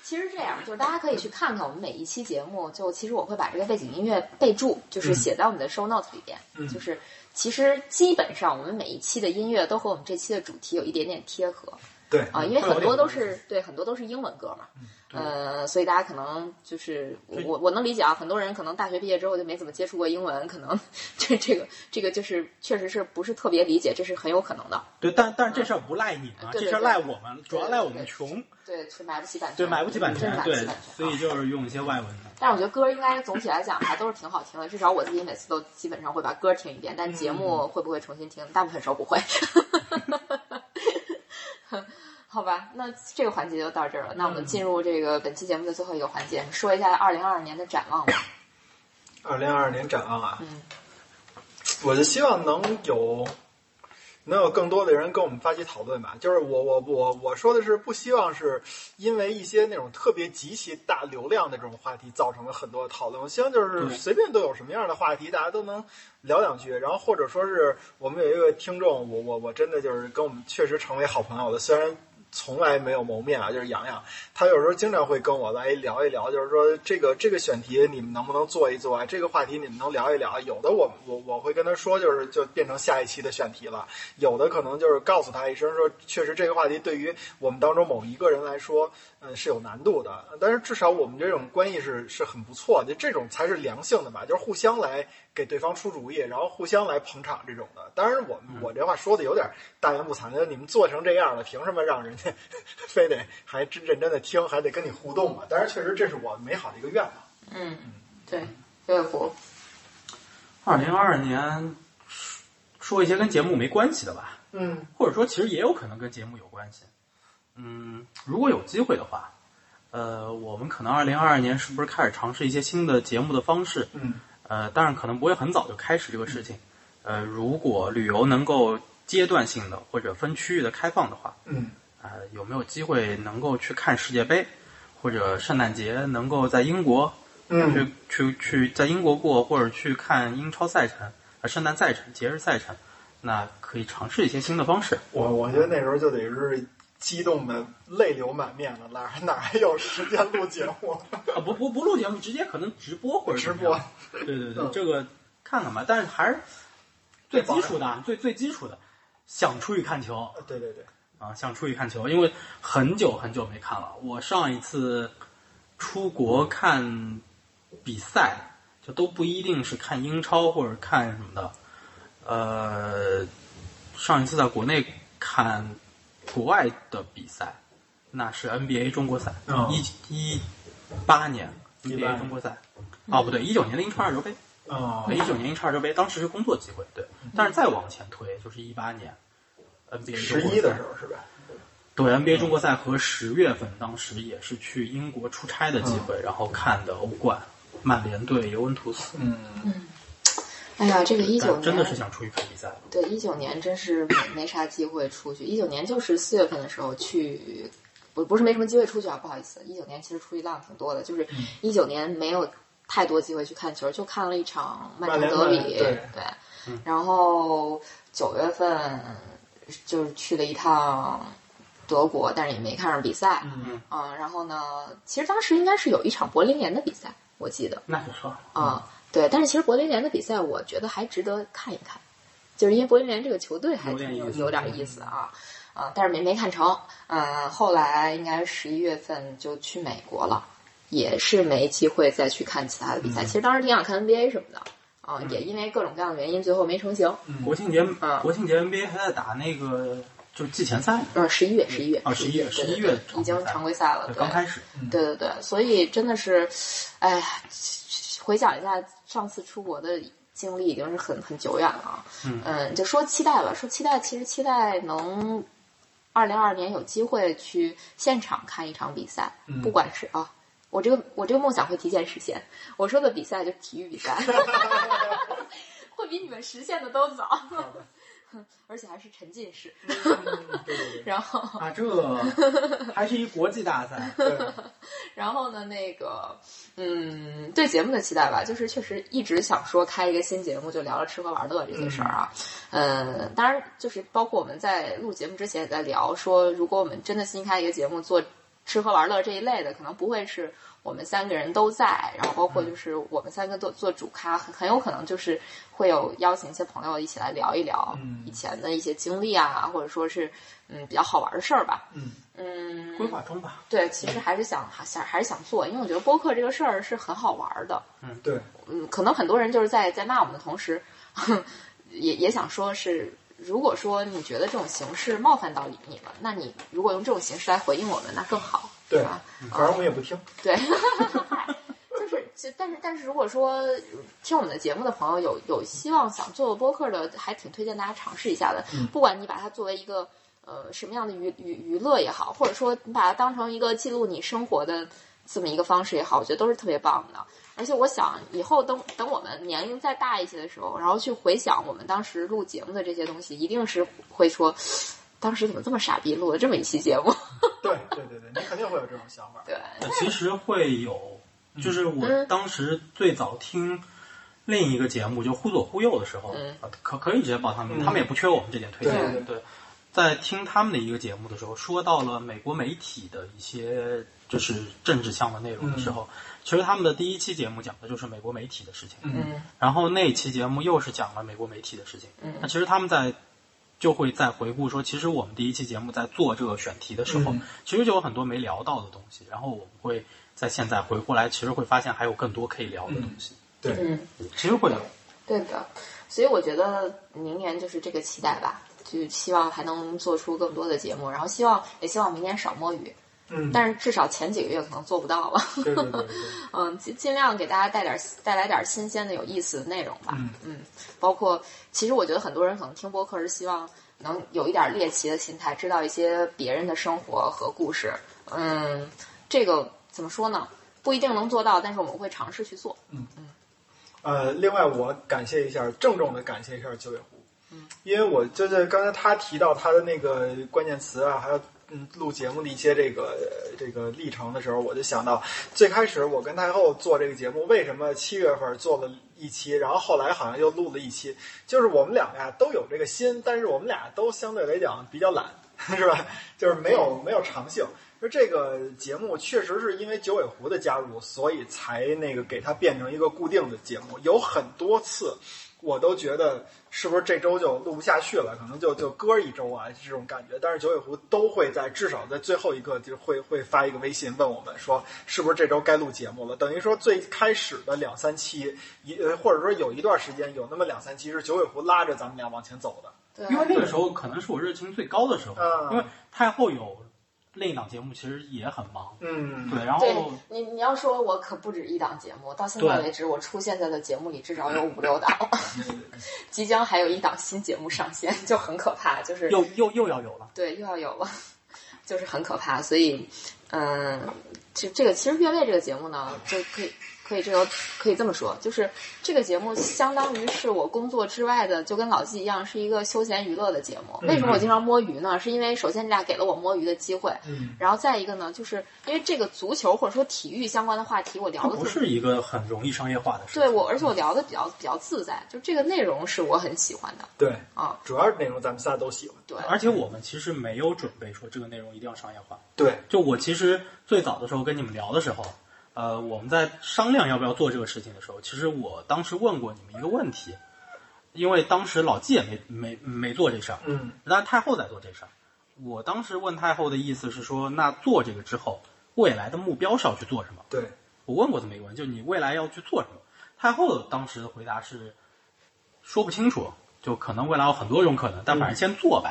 Speaker 2: 其实这样，就是大家可以去看看我们每一期节目，就其实我会把这个背景音乐备注，
Speaker 3: 嗯
Speaker 2: 就是写在我们的 show notes 里边。
Speaker 4: 嗯
Speaker 2: 就是其实基本上我们每一期的音乐都和我们这期的主题有一点点贴合
Speaker 4: 对
Speaker 3: 嗯
Speaker 2: 啊，因为很多都是对很多都是英文歌嘛，呃，所以大家可能就是我我我能理解啊，很多人可能大学毕业之后就没怎么接触过英文，可能这这个这个就是确实是不是特别理解，这是很有可能的。
Speaker 3: 对，但但是这事儿不赖你嘛，
Speaker 2: 对
Speaker 3: 这
Speaker 2: 对
Speaker 3: 事儿
Speaker 2: 对
Speaker 3: 赖我们，主要
Speaker 2: 对
Speaker 3: 赖
Speaker 2: 对
Speaker 3: 我们
Speaker 2: 对
Speaker 3: 穷，
Speaker 2: 对，去买不起版权，
Speaker 3: 对，买不起版
Speaker 2: 真
Speaker 3: 权
Speaker 2: 是，买不起
Speaker 3: 对
Speaker 2: 版权，
Speaker 3: 所以就是用一些外文的。
Speaker 2: 但是我觉得歌应该总体来讲还都是挺好听的，至少我自己每次都基本上会把歌听一遍，但节
Speaker 3: 嗯
Speaker 2: 目会不会重新听？大部分时候不会。 (laughs) 好吧，那这个环节就到这儿了。那我们
Speaker 3: 嗯
Speaker 2: 进入这个本期节目的最后一个环节，说一下二零二二年的展望吧。
Speaker 4: 二零二二年展望啊，
Speaker 2: 嗯
Speaker 4: 我就希望能有能有更多的人跟我们发起讨论吧。就是我我我我说的是不希望是因为一些那种特别极其大流量的这种话题造成了很多的讨论。我希望就是
Speaker 3: 对
Speaker 4: 随便都有什么样的话题，大家都能聊两句。然后或者说是我们有一个听众，我我我真的就是跟我们确实成为好朋友的，虽然。从来没有谋面啊，就是洋洋，他有时候经常会跟我来聊一聊，就是说这个这个选题你们能不能做一做啊？这个话题你们能聊一聊啊？有的我我我会跟他说，就是就变成下一期的选题了。有的可能就是告诉他一声说，确实这个话题对于我们当中某一个人来说，嗯，是有难度的。但是至少我们这种关系是是很不错的，这种才是良性的吧，就是互相来给对方出主意，然后互相来捧场这种的。当然我，我这话说的有点大言不惭，就你们做成这样了，凭什么让人家非得还真认真的听，还得跟你互动嘛？但是确实这是我美好的一个愿望。
Speaker 2: 嗯，对，岳国，
Speaker 3: 二零二二年说一些跟节目没关系的吧，
Speaker 4: 嗯
Speaker 3: 或者说其实也有可能跟节目有关系。嗯，如果有机会的话，呃，我们可能二零二二年是不是开始尝试一些新的节目的方式？
Speaker 4: 嗯
Speaker 3: 呃，当然可能不会很早就开始这个事情。呃，如果旅游能够阶段性的或者分区域的开放的话，
Speaker 4: 嗯
Speaker 3: 啊，有没有机会能够去看世界杯，或者圣诞节能够在英国
Speaker 4: 嗯
Speaker 3: 去去去在英国过，或者去看英超赛程、呃圣诞赛程、节日赛程，那可以尝试一些新的方式。
Speaker 4: 我我觉得那时候就得是激动的泪流满面了，哪哪还有时间录节目？
Speaker 3: 啊，不不不录节目，直接可能直播或者
Speaker 4: 直
Speaker 3: 怎么样
Speaker 4: 播。
Speaker 3: 对对对，
Speaker 4: 嗯
Speaker 3: 这个看看吧，但是还是最基础的啊，最最基础的，想出去看球
Speaker 4: (laughs) 对对对，
Speaker 3: 啊，想出去看球，因为很久很久没看了。我上一次出国看比赛，就都不一定是看英超或者看什么的，呃，上一次在国内看国外的比赛，那是 NBA 中国赛
Speaker 4: 嗯，
Speaker 3: 一一八年
Speaker 4: 18
Speaker 3: NBA 中国赛，啊不对，一九年的英超二流杯，
Speaker 4: 哦
Speaker 3: 对，一九年英超二流杯，当时是工作机会，对，
Speaker 4: 嗯
Speaker 3: 但是再往前推就是一八年 NBA 中
Speaker 4: 十
Speaker 3: 国赛
Speaker 4: 一的时候是吧？
Speaker 3: 对 NBA 中国赛和十月份当时也是去英国出差的机
Speaker 4: 嗯
Speaker 3: 会，然后看的欧冠，曼联对尤文图斯，
Speaker 4: 嗯，
Speaker 2: 哎呀，这个一九
Speaker 3: 但
Speaker 2: 年
Speaker 3: 真的是想出去看比赛了。
Speaker 2: 对，一九年真是没 (coughs) 啥机会出去。一九年就是四月份的时候去，不不是没什么机会出去啊，不好意思。一九年其实出去浪挺多的，就是
Speaker 4: 嗯
Speaker 2: 一九年没有太多机会去看球，就看了一场曼城
Speaker 4: 曼联
Speaker 2: 德比，
Speaker 4: 曼联
Speaker 2: 对
Speaker 4: 对嗯
Speaker 2: 然后九月份就是去了一趟德国，但是也没看上比赛。
Speaker 4: 嗯
Speaker 2: 嗯，然后呢，其实当时应该是有一场柏林联的比赛，我记得。
Speaker 3: 那就算了。
Speaker 2: 啊、对，但是其实柏林联的比赛，我觉得还值得看一看，就是因为柏林联这个球队还
Speaker 3: 有
Speaker 2: 挺
Speaker 3: 点
Speaker 2: 有
Speaker 3: 意思
Speaker 2: 有点意思啊，啊、但是没没看成，嗯、后来应该十一月份就去
Speaker 3: 嗯
Speaker 2: 美国了，也是没机会再去看其他的比赛。其实当时挺想看 NBA 什么的，啊，也因为各种各样的原因，最后没成型。
Speaker 3: 国庆节
Speaker 2: 嗯，
Speaker 3: 国庆节 NBA 还在打那个就是季前赛，
Speaker 2: 嗯，十一月，十一月，
Speaker 3: 啊11月
Speaker 2: 对对
Speaker 3: 11月
Speaker 2: 对已经常规赛了，
Speaker 4: 嗯
Speaker 2: 对
Speaker 3: 刚开始。
Speaker 2: 对对对，所以真的是，哎呀，回想一下上次出国的经历，已经是很很久远了。啊
Speaker 3: 嗯
Speaker 2: 就说期待吧，说期待，其实期待能二零二二年有机会去现场看一场比赛，
Speaker 4: 嗯
Speaker 2: 不管是啊，我这个我这个梦想会提前实现。我说的比赛就是体育比赛，会比你们实现的都早， (laughs) 而且还是沉浸式。
Speaker 4: 对对
Speaker 2: (laughs) 然后，
Speaker 3: 啊，这还是一国际大赛，
Speaker 4: (laughs) 对对，
Speaker 2: 然后呢，那个，嗯，对节目的期待吧，就是确实一直想说开一个新节目，就聊聊吃喝玩乐这些事儿啊。呃，当然就是包括我们在录节目之前也在聊说，如果我们真的新开一个节目做吃喝玩乐这一类的，可能不会是我们三个人都在，然后包括就是我们三个做做主咖，很很有可能就是会有邀请一些朋友一起来聊一聊
Speaker 4: 嗯
Speaker 2: 以前的一些经历啊，或者说是嗯比较好玩的事儿吧。
Speaker 4: 嗯
Speaker 2: 嗯，
Speaker 3: 规划中吧。
Speaker 2: 对，其实还是想还想还是想做，因为我觉得播客这个事儿是很好玩儿的。
Speaker 4: 对，
Speaker 2: 嗯，可能很多人就是在在骂我们的同时， (laughs) 也也想说是，如果说你觉得这种形式冒犯到你了，那你如果用这种形式来回应我们，那更好，
Speaker 4: 对
Speaker 2: 吧？
Speaker 4: 反正我们也不听，
Speaker 2: 对， (laughs) 就是，就但是但是，如果说听我们的节目的朋友有有希望想做播客的，还挺推荐大家尝试一下的。不管你把它作为一个呃什么样的娱娱娱乐也好，或者说你把它当成一个记录你生活的这么一个方式也好，我觉得都是特别棒的。而且我想以后等等我们年龄再大一些的时候，然后去回想我们当时录节目的这些东西，一定是会说， (sniffs) 当时怎么这么傻逼录了这么一期节目？ (laughs)
Speaker 4: 对对对对，你肯定会有这种想法，
Speaker 2: 对，
Speaker 3: 其实会有，就是我
Speaker 2: 嗯
Speaker 3: 当时最早听另一个节目，就《忽左忽右》的时候
Speaker 2: 嗯，
Speaker 3: 啊可可以直接报他们，
Speaker 4: 嗯
Speaker 3: 他们也不缺我们这点推
Speaker 4: 对对
Speaker 3: 荐。对，在听他们的一个节目的时候，说到了美国媒体的一些就是政治项的内容的时候，其实他们的第一期节目讲的就是美国媒体的事情。
Speaker 2: 嗯
Speaker 3: 然后那期节目又是讲了美国媒体的事情。
Speaker 2: 嗯
Speaker 3: 那其实他们在就会在回顾说，其实我们第一期节目在做这个选题的时候，
Speaker 4: 嗯
Speaker 3: 其实就有很多没聊到的东西。然后我们会在现在回过来，其实会发现还有更多可以聊的东西。
Speaker 4: 对，
Speaker 2: 嗯。
Speaker 3: 其实会有，
Speaker 2: 对的，所以我觉得明年就是这个期待吧，就希望还能做出更多的节目，然后希望也希望明年少摸鱼，
Speaker 4: 嗯，
Speaker 2: 但是至少前几个月可能做不到了， (laughs)
Speaker 4: 对对对对对，
Speaker 2: 嗯，尽尽量给大家带点带来点新鲜的、有意思的内容吧，
Speaker 4: 嗯
Speaker 2: 包括其实我觉得很多人可能听播客是希望能有一点猎奇的心态，知道一些别人的生活和故事，嗯，这个怎么说呢？不一定能做到，但是我们会尝试去做。
Speaker 4: 呃，另外我感谢一下，郑重的感谢一下九尾狐，嗯，因为我就是刚才他提到他的那个关键词啊，还有嗯录节目的一些这个呃这个历程的时候，我就想到最开始我跟太后做这个节目，为什么七月份做了一期，然后后来好像又录了一期，就是我们两个呀都有这个心，但是我们俩都相对来讲比较懒，是吧？就是没有没有长性。就这个节目确实是因为九尾狐的加入，所以才那个给它变成一个固定的节目。有很多次，我都觉得是不是这周就录不下去了，可能就就搁一周啊这种感觉。但是九尾狐都会在至少在最后一个就会会发一个微信问我们说是不是这周该录节目了。等于说最开始的两三期一呃或者说有一段时间有那么两三期是九尾狐拉着咱们俩往前走的。
Speaker 2: 对，啊
Speaker 3: 因为那个时候可能是我热情最高的时候，
Speaker 4: 嗯
Speaker 3: 因为太后有另一档节目，其实也很忙。
Speaker 4: 嗯，
Speaker 3: 对，然
Speaker 2: 对
Speaker 3: 后
Speaker 2: 你，你要说我可不止一档节目，到现在
Speaker 3: 对嗯
Speaker 2: 为止，我出现在的节目里至少有五六档， (laughs) 即将还有一档新节目上线，就很可怕，就是
Speaker 3: 又又又要有了。
Speaker 2: 对又要有了， (laughs) 就是很可怕。所以，嗯、这这个其实越位这个节目呢，就可以可以这个可以这么说，就是这个节目相当于是我工作之外的，就跟老纪一样，是一个休闲娱乐的节目。为
Speaker 3: 嗯
Speaker 2: 什么我经常摸鱼呢？是因为首先你俩给了我摸鱼的机会，
Speaker 4: 嗯
Speaker 2: 然后再一个呢，就是因为这个足球或者说体育相关的话题，我聊
Speaker 3: 它
Speaker 2: 的
Speaker 3: 不是一个很容易商业化的事情。
Speaker 2: 对我，而且我聊的比较比较自在，就这个内容是我很喜欢的
Speaker 4: 对，
Speaker 2: 啊。
Speaker 4: 主要是内容咱们仨都喜欢。
Speaker 2: 对，
Speaker 3: 而且我们其实没有准备说这个内容一定要商业化。
Speaker 4: 对，
Speaker 3: 就我其实最早的时候跟你们聊的时候，呃，我们在商量要不要做这个事情的时候，其实我当时问过你们一个问题，因为当时老纪也没没没做这事儿，
Speaker 4: 嗯
Speaker 3: 但太后在做这事儿。我当时问太后的意思是说，那做这个之后，未来的目标是要去做什么？
Speaker 4: 对，
Speaker 3: 我问过这么一个问题，就你未来要去做什么？太后当时的回答是说不清楚，就可能未来有很多种可能，但反正先做呗。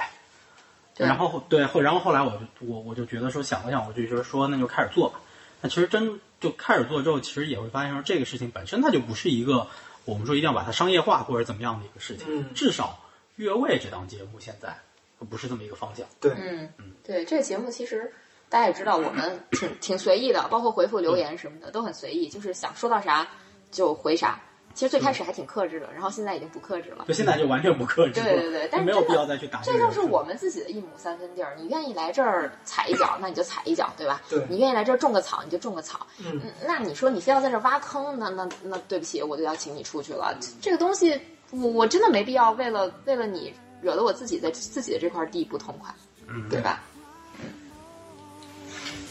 Speaker 2: 对
Speaker 3: 然后对后，然后后来我就我我就觉得说想了想，我就觉得说那就开始做吧。那其实真就开始做之后，其实也会发现说这个事情本身它就不是一个我们说一定要把它商业化或者怎么样的一个事情。
Speaker 4: 嗯
Speaker 3: 至少越位这档节目现在它不是这么一个方向。
Speaker 4: 对，
Speaker 2: 嗯，对，这个节目其实大家也知道，我们挺挺随意的，包括回复留言什么的都很随意，就是想说到啥就回啥。其实最
Speaker 3: 嗯
Speaker 2: 开始还挺克制的，然后现在已经不克制了。
Speaker 3: 就现在就完全不克制了，
Speaker 2: 对对对但是
Speaker 3: 没有
Speaker 2: 真的
Speaker 3: 必要再去打
Speaker 2: 这
Speaker 3: 个
Speaker 2: 就是
Speaker 3: 人
Speaker 2: 我们自己的一亩三分地儿，你愿意来这儿踩一脚，那你就踩一脚，对吧？
Speaker 4: 对
Speaker 2: 你愿意来这儿种个草，你就种个草。
Speaker 4: 嗯，
Speaker 2: 那你说你非要在这儿挖坑，那那那对不起，我就要请你出去了。这这个东西，我我真的没必要为了为了你惹得我自己在自己的这块地不痛快，
Speaker 3: 嗯
Speaker 2: 对吧？嗯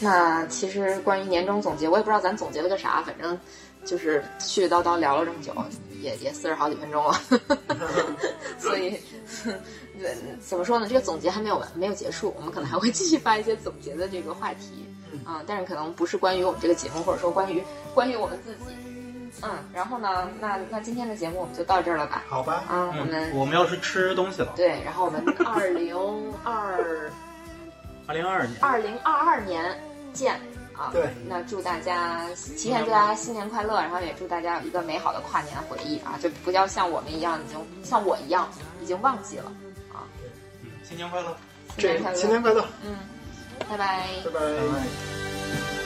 Speaker 2: 那其实关于年终总结，我也不知道咱总结了个啥，反正就是絮絮叨叨聊了这么久，也也四十好几分钟了， (laughs) 所以对，怎么说呢？这个总结还没有完，没有结束，我们可能还会继续发一些总结的这个话题，嗯，但是可能不是关于我们这个节目，或者说关于关于我们自己，嗯，然后呢，那那今天的节目我们就到这儿了吧？
Speaker 4: 好吧，
Speaker 2: 啊、我
Speaker 3: 嗯，
Speaker 2: 们
Speaker 3: 我们要是吃东西了。
Speaker 2: 对，然后我
Speaker 4: (laughs)
Speaker 2: 们二零二
Speaker 3: 二零二二年，
Speaker 2: 二零二二年见啊！
Speaker 4: 对
Speaker 2: 那祝大家提前祝大家新年快乐，然后也祝大家有一个美好的跨年回忆啊！就不要像我们一样，已经像我一样已经忘记了，
Speaker 3: 嗯，新年快乐。
Speaker 2: 新
Speaker 4: 这
Speaker 2: 年快乐，
Speaker 4: 新年快乐，
Speaker 2: 嗯，拜拜。
Speaker 4: 拜拜。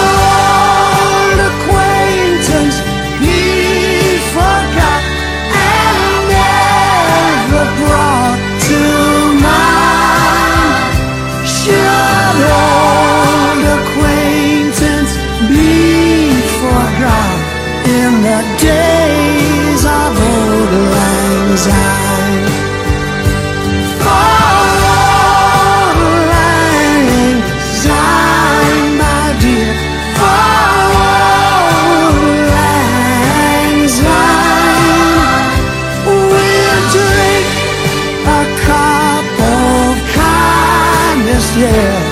Speaker 1: Old acquaintance be forgot and never brought to mind. Should old acquaintance be forgot in the days of old lang syne? Yeah.